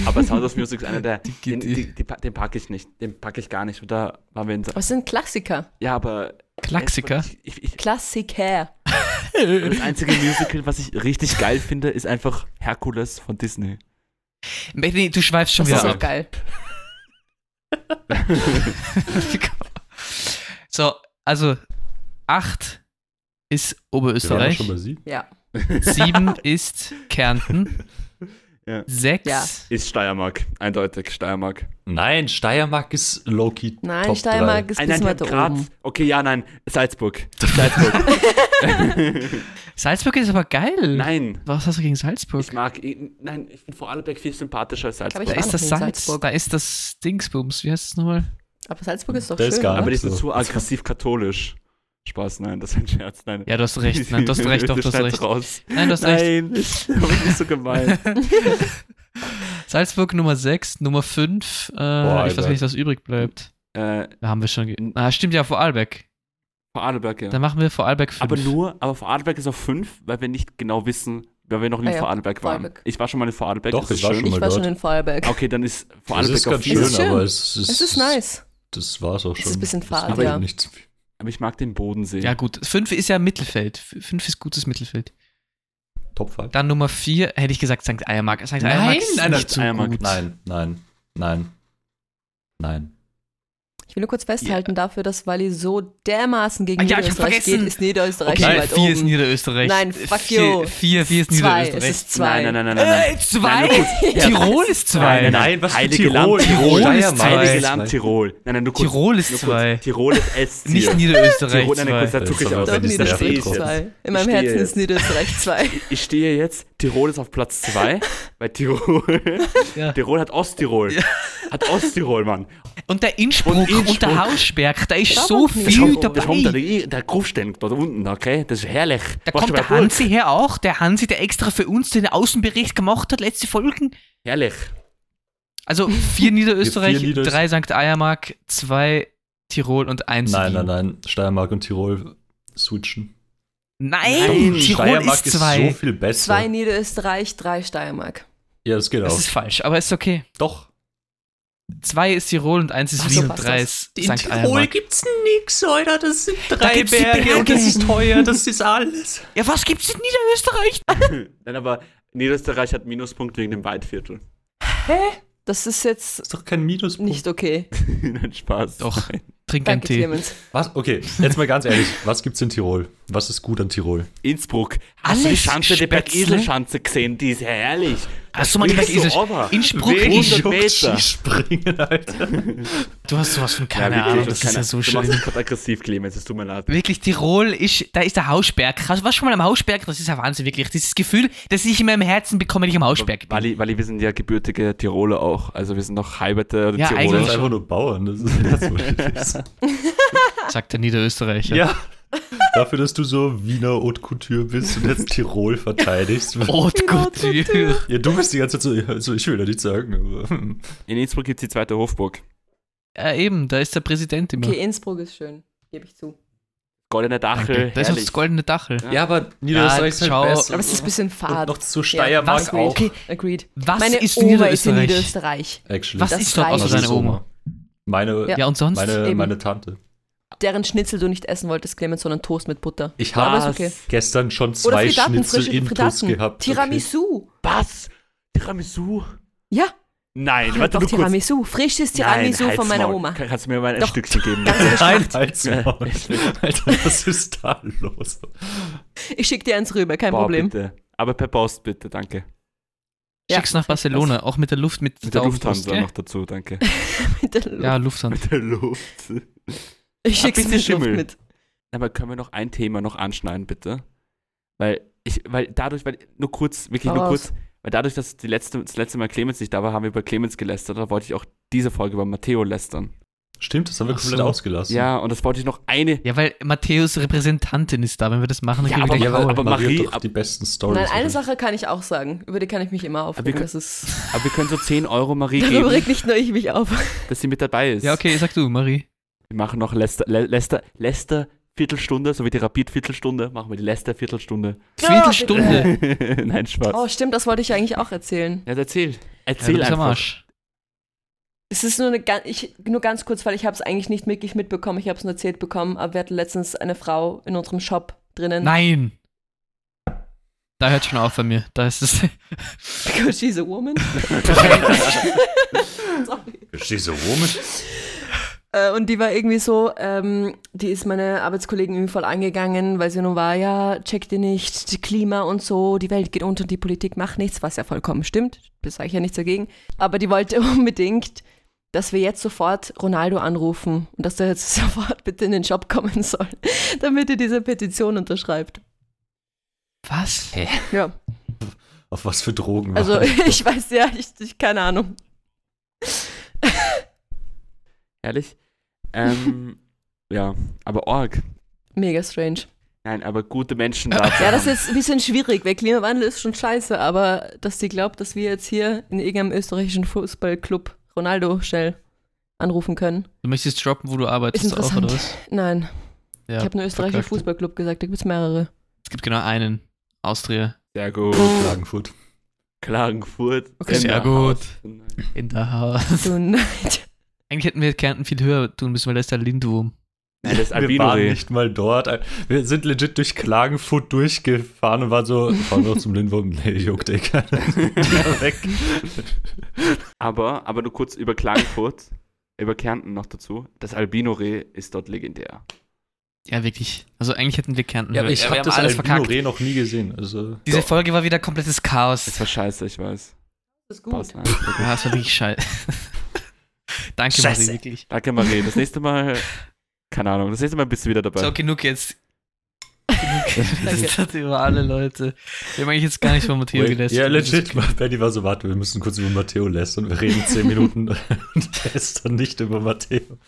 Speaker 4: Aber Sound of Music ist einer der. Den,
Speaker 1: Gitti.
Speaker 4: die, die, pa- den packe ich nicht. Den packe ich gar nicht. Und da waren wir in.
Speaker 3: Aber es sind Klassiker.
Speaker 4: Ja, aber.
Speaker 1: Klaxiker.
Speaker 4: Ich, ich, ich,
Speaker 3: Klassiker.
Speaker 4: das einzige Musical, was ich richtig geil finde, ist einfach Herkules von Disney.
Speaker 1: Nee, du schweifst schon
Speaker 3: Das
Speaker 1: wieder
Speaker 3: ist
Speaker 1: ab.
Speaker 3: auch geil.
Speaker 1: so, also 8 ist
Speaker 5: Wir waren doch
Speaker 1: Oberösterreich,
Speaker 5: schon bei 7.
Speaker 3: Ja.
Speaker 1: 7 ist Kärnten,
Speaker 8: Ja.
Speaker 1: 6
Speaker 3: Ja.
Speaker 8: Ist Steiermark, eindeutig Steiermark.
Speaker 5: Nein, Steiermark ist Loki
Speaker 3: Nein,
Speaker 5: Top
Speaker 3: Steiermark
Speaker 5: 3.
Speaker 3: ist bis
Speaker 4: die
Speaker 3: weiter
Speaker 4: haben
Speaker 3: oben.
Speaker 4: Okay, ja, nein. Salzburg. Salzburg.
Speaker 1: Salzburg ist aber geil.
Speaker 4: nein.
Speaker 1: Was hast du gegen Salzburg?
Speaker 4: Ich mag, ich, nein, ich bin Vorarlberg viel sympathischer als
Speaker 3: Aber
Speaker 4: Salzburg.
Speaker 3: ich
Speaker 1: Da
Speaker 3: war
Speaker 1: ist
Speaker 3: noch
Speaker 1: das
Speaker 3: nie in
Speaker 1: Salz,
Speaker 3: Salzburg.
Speaker 1: da ist das Dingsbums, wie heißt es nochmal?
Speaker 3: Aber Salzburg ist doch
Speaker 5: Das ist
Speaker 3: schön.
Speaker 5: geil.
Speaker 3: oder?
Speaker 4: aber die sind
Speaker 1: Also.
Speaker 5: so.
Speaker 4: zu aggressiv katholisch. Spaß, nein, das ist ein Scherz, nein.
Speaker 1: Ja, du hast recht, nein, du hast recht, doch, du hast
Speaker 4: Schneid's
Speaker 1: recht.
Speaker 4: Raus.
Speaker 1: Nein, du hast recht.
Speaker 4: Nein, das ist nicht so gemein.
Speaker 1: Salzburg Nummer 6, Nummer 5, äh, ich weiß
Speaker 5: Alter.
Speaker 1: gar nicht, was übrig bleibt.
Speaker 4: äh,
Speaker 1: Da haben wir schon, ge ah, stimmt ja, Vorarlberg.
Speaker 4: Vorarlberg, ja.
Speaker 1: Dann machen wir Vorarlberg 5.
Speaker 4: Aber nur, aber Vorarlberg ist auf 5, weil wir nicht genau wissen, weil wir noch nie in
Speaker 3: Ah ja,
Speaker 4: Vorarlberg waren.
Speaker 3: Vorarlberg.
Speaker 4: Ich war schon mal in Vorarlberg.
Speaker 5: Doch,
Speaker 4: das ist
Speaker 5: ich war
Speaker 4: schön.
Speaker 5: schon mal
Speaker 3: Ich war schon
Speaker 5: dort.
Speaker 3: in Vorarlberg.
Speaker 4: Okay, dann ist
Speaker 5: Das
Speaker 4: Vorarlberg
Speaker 5: ist
Speaker 4: auf
Speaker 5: ganz
Speaker 4: 4.
Speaker 5: schön,
Speaker 3: Es ist schön.
Speaker 5: aber es ist.
Speaker 3: Es ist nice.
Speaker 5: Das war's auch schon.
Speaker 3: ist ein bisschen
Speaker 5: Das
Speaker 3: fad,
Speaker 5: war
Speaker 3: ja.
Speaker 5: Nicht zu viel.
Speaker 4: Aber ich mag den Bodensee.
Speaker 1: Ja, gut. 5 ist ja Mittelfeld. 5 ist gutes Mittelfeld.
Speaker 5: Top 5.
Speaker 1: Dann Nummer 4, hätte ich gesagt, St. Eiermark. St. Eiermark ist
Speaker 5: nein,
Speaker 1: nicht so
Speaker 4: Eiermark,
Speaker 1: gut.
Speaker 5: Nein, nein, nein. Nein.
Speaker 3: Ich will nur kurz festhalten dafür, dass Wally so dermaßen gegen
Speaker 1: Ah, ja, ich hab
Speaker 3: Niederösterreich geht,
Speaker 1: vergessen.
Speaker 3: ist Niederösterreich schon
Speaker 1: Okay,
Speaker 3: weit
Speaker 1: 4 ist
Speaker 3: oben.
Speaker 1: Niederösterreich.
Speaker 3: Nein, fuck you.
Speaker 1: 4, 4 ist
Speaker 3: zwei, es
Speaker 1: Niederösterreich.
Speaker 3: ist zwei.
Speaker 4: Nein, nein, nein, nein, nein. nein.
Speaker 1: Äh, 2?
Speaker 3: Ja.
Speaker 1: Tirol ist 2.
Speaker 5: was
Speaker 4: Heilige Land,
Speaker 1: Tirol ist zwei.
Speaker 4: Heilige Land Tirol. Nein, nein, nur kurz.
Speaker 1: Tirol ist
Speaker 4: nur kurz.
Speaker 1: 2.
Speaker 4: Tirol ist S.
Speaker 1: Nicht Niederösterreich
Speaker 4: Tirol, nein, nein, kurz,
Speaker 1: 2.
Speaker 4: da zucke ich
Speaker 5: Das
Speaker 4: auch.
Speaker 5: ist aber
Speaker 3: Doch,
Speaker 5: Wenn ich's nervt,
Speaker 3: Niederösterreich
Speaker 5: trotzdem.
Speaker 3: 2. In meinem
Speaker 4: stehe
Speaker 3: Herzen
Speaker 4: jetzt.
Speaker 3: ist Niederösterreich 2.
Speaker 4: Ich stehe jetzt, Tirol ist auf Platz 2, weil Tirol,
Speaker 1: Ja.
Speaker 4: Tirol hat Osttirol. Hat Osttirol, Mann.
Speaker 1: Und der Innsbruck
Speaker 4: Und
Speaker 1: und,
Speaker 4: Innsbruck.
Speaker 1: der Hausberg, da ist
Speaker 3: Da
Speaker 1: so
Speaker 3: kommt
Speaker 1: viel
Speaker 3: nichts.
Speaker 4: Kommt- Da kommt
Speaker 1: dabei.
Speaker 4: der, der Grufstein dort unten, okay? Das ist herrlich.
Speaker 1: Da
Speaker 4: Warst du
Speaker 1: kommt
Speaker 4: bei
Speaker 1: der
Speaker 4: Burg?
Speaker 1: Hansi her auch. Der Hansi, der extra für uns den Außenbericht gemacht hat, letzte Folgen.
Speaker 4: Herrlich.
Speaker 1: Also vier Niederösterreich,
Speaker 5: Vier Niederös-
Speaker 1: drei St. Eiermark, zwei Tirol und eins.
Speaker 5: Nein,
Speaker 1: Wien.
Speaker 5: nein, nein. Steiermark und Tirol switchen.
Speaker 1: Nein,
Speaker 4: Nein,
Speaker 1: Tirol
Speaker 5: Steiermark
Speaker 1: ist zwei.
Speaker 5: so viel besser.
Speaker 3: Zwei Niederösterreich, drei Steiermark.
Speaker 5: ja, das geht
Speaker 1: das
Speaker 5: auch.
Speaker 1: ist falsch, aber ist okay.
Speaker 5: Doch.
Speaker 1: Zwei ist Tirol und eins ist
Speaker 3: Ach so,
Speaker 1: Wien und
Speaker 3: passt
Speaker 1: drei
Speaker 3: das.
Speaker 1: ist St. Eiermark.
Speaker 5: gibt's nix, Alter. Das sind drei
Speaker 1: gibt's die Berge und das ist
Speaker 5: teuer. Das ist alles.
Speaker 1: Ja, was gibt's in Niederösterreich?
Speaker 4: Nein, aber Niederösterreich hat Minuspunkt wegen dem Waldviertel.
Speaker 3: Das ist jetzt
Speaker 5: ist doch kein Minuspunkt.
Speaker 3: nicht okay.
Speaker 4: nein, Spaß.
Speaker 1: Doch, trink einen
Speaker 3: Danke,
Speaker 1: Tee.
Speaker 3: Clemens.
Speaker 5: Was? Okay, jetzt mal ganz ehrlich. Was gibt's in Tirol? Was ist gut an Tirol?
Speaker 4: Innsbruck. Hast du die
Speaker 1: Alles
Speaker 4: Schanze, die
Speaker 1: Spätzle?
Speaker 4: Bergiselschanze gesehen? Die ist herrlich.
Speaker 1: Hast du mal gemerkt, dieses
Speaker 4: over.
Speaker 1: Innsbruck
Speaker 4: Wer
Speaker 1: ist
Speaker 4: 100 Meter.
Speaker 5: Skispringen, Alter.
Speaker 1: Du hast sowas von keine
Speaker 4: Ja,
Speaker 1: Ahnung, das
Speaker 4: wirklich, keine-
Speaker 1: ist ja so
Speaker 4: du machst
Speaker 1: schön.
Speaker 4: mich gerade aggressiv, Clemens, es tut mir leid.
Speaker 1: Wirklich, Tirol ist, da ist der Hausberg. Hast- Warst du schon mal am Hausberg? Das ist ja Wahnsinn, wirklich. Dieses Gefühl, das ich in meinem Herzen bekomme, wenn ich am Hausberg bin.
Speaker 4: Wally, Wally, wir sind ja gebürtige Tiroler auch. Also wir sind noch halberte
Speaker 1: Ja,
Speaker 4: Tiroler.
Speaker 5: Das
Speaker 1: eigentlich-
Speaker 5: sind einfach nur Bauern. Das ist das, was ich
Speaker 1: Sagt der Niederösterreicher.
Speaker 5: Ja. Dafür, dass du so Wiener Haute Couture bist und jetzt Tirol verteidigst.
Speaker 1: Oh Gott. Ja,
Speaker 5: Ja, du bist die ganze Zeit so, ja, so ich will da nichts sagen. Aber, hm.
Speaker 4: In Innsbruck gibt es die zweite Hofburg.
Speaker 1: Äh, eben, da ist der Präsident immer.
Speaker 3: Okay, Innsbruck ist schön, gebe ich zu.
Speaker 4: Goldene Dachel.
Speaker 1: Danke. Da ist noch
Speaker 4: herrlich.
Speaker 1: das goldene Dachel.
Speaker 5: ja, aber Niederösterreich ist
Speaker 1: schau.
Speaker 5: halt besser.
Speaker 3: Aber es ist ein bisschen fad.
Speaker 5: und noch zu Steiermark
Speaker 1: was-
Speaker 5: auch.
Speaker 1: okay.
Speaker 3: Agreed.
Speaker 1: Was
Speaker 3: Meine
Speaker 1: ist
Speaker 3: Oma ist in
Speaker 1: Niederösterreich?
Speaker 3: Niederösterreich.
Speaker 5: Actually.
Speaker 1: Was
Speaker 3: Das
Speaker 1: ist dort
Speaker 3: reicht.
Speaker 1: außer
Speaker 5: Also
Speaker 1: seine
Speaker 5: so
Speaker 1: Oma?
Speaker 5: mal. Meine,
Speaker 3: Ja.
Speaker 1: Ja, und sonst?
Speaker 5: meine,
Speaker 3: Eben.
Speaker 5: meine Tante.
Speaker 3: Deren Schnitzel du nicht essen wolltest, Clemens, sondern Toast mit Butter.
Speaker 5: Ich
Speaker 3: Aber
Speaker 5: habe
Speaker 3: ist okay.
Speaker 5: gestern schon
Speaker 3: Oder
Speaker 5: zwei
Speaker 3: Frittaten,
Speaker 5: Schnitzel
Speaker 3: frische
Speaker 5: in Tuss
Speaker 3: Frittaten.
Speaker 5: gehabt. Okay.
Speaker 3: Tiramisu.
Speaker 4: Was? Tiramisu?
Speaker 3: Ja,
Speaker 4: Nein,
Speaker 3: ich
Speaker 4: warte
Speaker 3: doch
Speaker 4: nur kurz.
Speaker 3: Tiramisu. Frisches Tiramisu
Speaker 4: Nein,
Speaker 3: von meiner
Speaker 4: halt's
Speaker 3: Oma.
Speaker 4: Maul. Kann- Kannst du mir mal ein
Speaker 3: Doch.
Speaker 4: Stückchen geben?
Speaker 5: Nein, halt's
Speaker 4: Ja.
Speaker 5: Maul. Alter, was ist da los?
Speaker 3: Ich schicke dir eins rüber, kein
Speaker 4: Boah,
Speaker 3: Problem.
Speaker 4: bitte. Aber per Post bitte, danke.
Speaker 3: Ja.
Speaker 1: Schick's nach Barcelona, auch mit der Luft, mit,
Speaker 4: Mit der
Speaker 1: Aufpost,
Speaker 4: Lufthansa
Speaker 1: gell?
Speaker 4: noch dazu, danke.
Speaker 3: Mit der Luft.
Speaker 1: Ja, Lufthansa.
Speaker 4: mit der Luft.
Speaker 3: ich schick's
Speaker 4: bisschen
Speaker 3: mit Luft
Speaker 4: Schimmel.
Speaker 3: mit.
Speaker 4: Aber können wir noch ein Thema noch anschneiden, bitte? Weil ich, weil dadurch, weil nur kurz, wirklich
Speaker 3: Hau
Speaker 4: nur
Speaker 3: raus.
Speaker 4: kurz, weil dadurch, dass die letzte, das letzte Mal Clemens nicht da war, haben wir über Clemens gelästert, da wollte ich auch diese Folge über Matteo lästern.
Speaker 5: Stimmt, das haben wir
Speaker 1: Ach
Speaker 5: komplett
Speaker 1: so.
Speaker 5: ausgelassen.
Speaker 4: Ja, und das wollte ich noch eine.
Speaker 1: Ja, weil Matthäus Repräsentantin ist da. Wenn wir das machen, dann
Speaker 4: Ja,
Speaker 1: kriegen wir gleich
Speaker 4: aber-
Speaker 5: aber,
Speaker 1: Maul.
Speaker 5: aber
Speaker 4: Marie-
Speaker 5: Marie, hat doch
Speaker 4: ab-
Speaker 5: die besten Stories.
Speaker 3: Nein, eine
Speaker 5: oder?
Speaker 3: Sache kann ich auch sagen. Über die kann ich mich immer
Speaker 4: wir
Speaker 3: aufregen.
Speaker 4: können-
Speaker 3: Das ist,
Speaker 4: Aber wir können so 10 Euro Marie
Speaker 3: darüber
Speaker 4: geben,
Speaker 3: regt nicht nur ich mich auf.
Speaker 4: dass sie mit dabei ist.
Speaker 1: Ja, okay, sag du, Marie.
Speaker 4: Wir machen noch Lester, Le Lester, Lester Viertelstunde, so wie die Rapid Viertelstunde, machen wir die Lester Viertelstunde.
Speaker 1: Viertelstunde. Äh.
Speaker 4: Nein, Spaß.
Speaker 3: Oh, stimmt, das wollte ich eigentlich auch erzählen.
Speaker 4: ja, erzähl.
Speaker 1: Ja, du
Speaker 4: Erzähl
Speaker 1: bist am
Speaker 4: einfach.
Speaker 1: Arsch.
Speaker 3: Es ist nur, eine, ga- ich, nur ganz kurz, weil ich habe es eigentlich nicht wirklich mitbekommen. Ich habe es nur erzählt bekommen, aber wir hatten letztens eine Frau in unserem Shop drinnen.
Speaker 1: Nein. Da hört schon auf bei mir. Da ist es.
Speaker 3: Because she's a woman. Sorry.
Speaker 5: Verstehst du, womit?
Speaker 3: Äh, Und die war irgendwie so, ähm, die ist meine Arbeitskollegen irgendwie voll angegangen, weil sie nur war, ja, check dir nicht, die Klima und so, die Welt geht unter, die Politik macht nichts, was ja vollkommen stimmt, das sage ich ja nichts dagegen. Aber die wollte unbedingt, dass wir jetzt sofort Ronaldo anrufen und dass der jetzt sofort bitte in den Shop kommen soll, damit er diese Petition unterschreibt.
Speaker 1: Was?
Speaker 3: Ja,
Speaker 5: Auf was für Drogen war
Speaker 3: also
Speaker 5: das?
Speaker 3: ich weiß ja, ich, ich keine Ahnung.
Speaker 4: Ehrlich? Ähm, ja, aber Org.
Speaker 3: Mega strange.
Speaker 4: Nein, aber gute Menschen da. zu
Speaker 3: Ja, das
Speaker 4: haben.
Speaker 3: ist jetzt ein bisschen schwierig, weil Klimawandel ist schon scheiße, aber dass die glaubt, dass wir jetzt hier in irgendeinem österreichischen Fußballclub Ronaldo schnell anrufen können.
Speaker 1: Du möchtest droppen, wo du
Speaker 3: Ist
Speaker 1: arbeitest auch,
Speaker 3: interessant.
Speaker 1: oder was?
Speaker 3: Nein,
Speaker 1: Ja,
Speaker 3: ich habe nur österreichischer
Speaker 1: verkackt.
Speaker 3: Fußballclub gesagt, da gibt es mehrere.
Speaker 1: Es gibt genau einen. Austria.
Speaker 4: Sehr gut.
Speaker 5: Klagenfurt.
Speaker 4: Klagenfurt.
Speaker 3: Okay.
Speaker 1: Sehr
Speaker 4: Senderhaus.
Speaker 1: In der Haus.
Speaker 3: Du Neid.
Speaker 1: Eigentlich hätten wir Kärnten viel höher tun müssen, weil da ist der Lindwurm.
Speaker 4: Nein, das
Speaker 5: Wir waren
Speaker 4: Albino.
Speaker 5: nicht mal dort. Wir sind legit durch Klagenfurt durchgefahren und waren so, fahren wir noch zum Lindwurm? Nee, juckt eh keiner. Wieder weg.
Speaker 4: Aber, aber nur kurz über Klagenfurt, über Kärnten noch dazu. Das Albino-Reh ist dort legendär.
Speaker 1: Ja, wirklich. Also eigentlich hätten wir Kärnten
Speaker 5: Ja, aber
Speaker 1: höher.
Speaker 5: ich
Speaker 1: wir
Speaker 5: habe
Speaker 1: haben
Speaker 5: das
Speaker 1: alles verkackt.
Speaker 5: Albino-Reh noch nie gesehen. Also,
Speaker 1: Diese Folge war wieder komplettes
Speaker 4: Das
Speaker 1: Chaos.
Speaker 4: war scheiße, ich weiß.
Speaker 3: Das ist
Speaker 4: Passt,
Speaker 3: gut.
Speaker 4: nein, sehr gut.
Speaker 1: Ja, das war wirklich scheiße. Danke, Marie, wirklich.
Speaker 4: Danke, Marie. Das nächste Mal, keine Ahnung, das nächste Mal bist du wieder dabei.
Speaker 1: So, genug jetzt. Genug. das ist das über alle Leute. Wir haben eigentlich jetzt gar nicht von Matteo
Speaker 5: wait,
Speaker 1: gelästert.
Speaker 5: ja, legit. Mal, Benny war so, warte, wir müssen kurz über Matteo lästern. Wir reden zehn Minuten und lästern nicht über Matteo.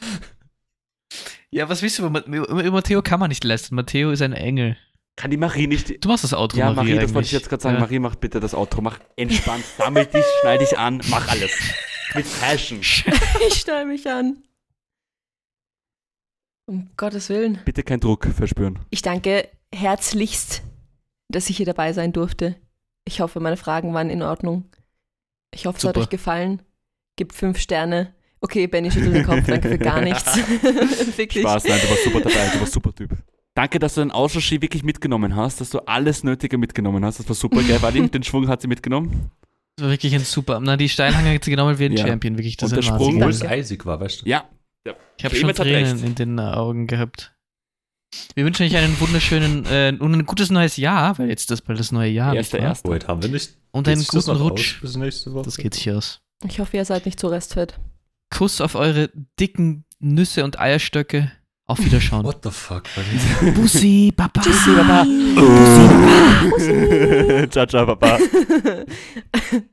Speaker 1: Ja, was willst du? Über, über über Matteo kann man nicht lästern. Matteo ist ein Engel.
Speaker 4: Kann die Marie nicht.
Speaker 1: Du machst das Outro,
Speaker 4: ja,
Speaker 1: Marie,
Speaker 4: Marie, das wollte
Speaker 1: eigentlich.
Speaker 4: ich jetzt gerade sagen.
Speaker 1: Ja.
Speaker 4: Marie, mach bitte das Outro. Mach entspannt. Sammel dich, schneid dich an, mach alles. Mit Passion.
Speaker 3: Ich stelle mich an. Um Gottes Willen.
Speaker 4: Bitte keinen Druck verspüren.
Speaker 3: Ich danke herzlichst, dass ich hier dabei sein durfte. Ich hoffe, meine Fragen waren in Ordnung. Ich hoffe, es hat
Speaker 1: Super.
Speaker 3: euch gefallen. Gebt fünf Sterne. Okay, Benny schüttelt den Kopf, danke für gar nichts. Wirklich.
Speaker 4: Spaß, nein, du warst super dabei, du warst super Typ. Danke, dass du den Ausschussski wirklich mitgenommen hast, dass du alles Nötige mitgenommen hast. Das war super geil, Wally. Den Schwung hat sie mitgenommen.
Speaker 1: Das war wirklich ein super. Na, die Steinhanger hat sie genommen wie ein
Speaker 4: Ja.
Speaker 1: Champion, wirklich. Das
Speaker 4: Und
Speaker 1: ist
Speaker 4: der
Speaker 1: ein
Speaker 4: Sprung-
Speaker 1: Wahnsinn.
Speaker 5: eisig war, weißt du.
Speaker 4: Ja,
Speaker 1: Ich habe schon
Speaker 4: Clemens hat
Speaker 1: Tränen
Speaker 4: recht.
Speaker 1: in den Augen gehabt. Wir wünschen euch einen wunderschönen äh, und ein gutes neues Jahr, weil jetzt ist bald das neue
Speaker 4: Ah,
Speaker 1: Jahr. nicht
Speaker 2: Erster,
Speaker 1: wahr?
Speaker 2: erster.
Speaker 5: Wait, haben wir nicht.
Speaker 1: Und
Speaker 5: geht
Speaker 1: einen
Speaker 5: sich das
Speaker 1: guten
Speaker 5: noch
Speaker 1: Rutsch.
Speaker 5: aus Bis nächste Woche.
Speaker 1: Das geht sich aus.
Speaker 3: Ich hoffe, ihr seid nicht so restfett.
Speaker 1: Kuss auf eure dicken Nüsse und Eierstöcke. Auf Wiederschauen.
Speaker 5: What the fuck,
Speaker 1: Bussi, Baba.
Speaker 3: Tschüssi, Baba.
Speaker 2: ciao, ciao, Papa.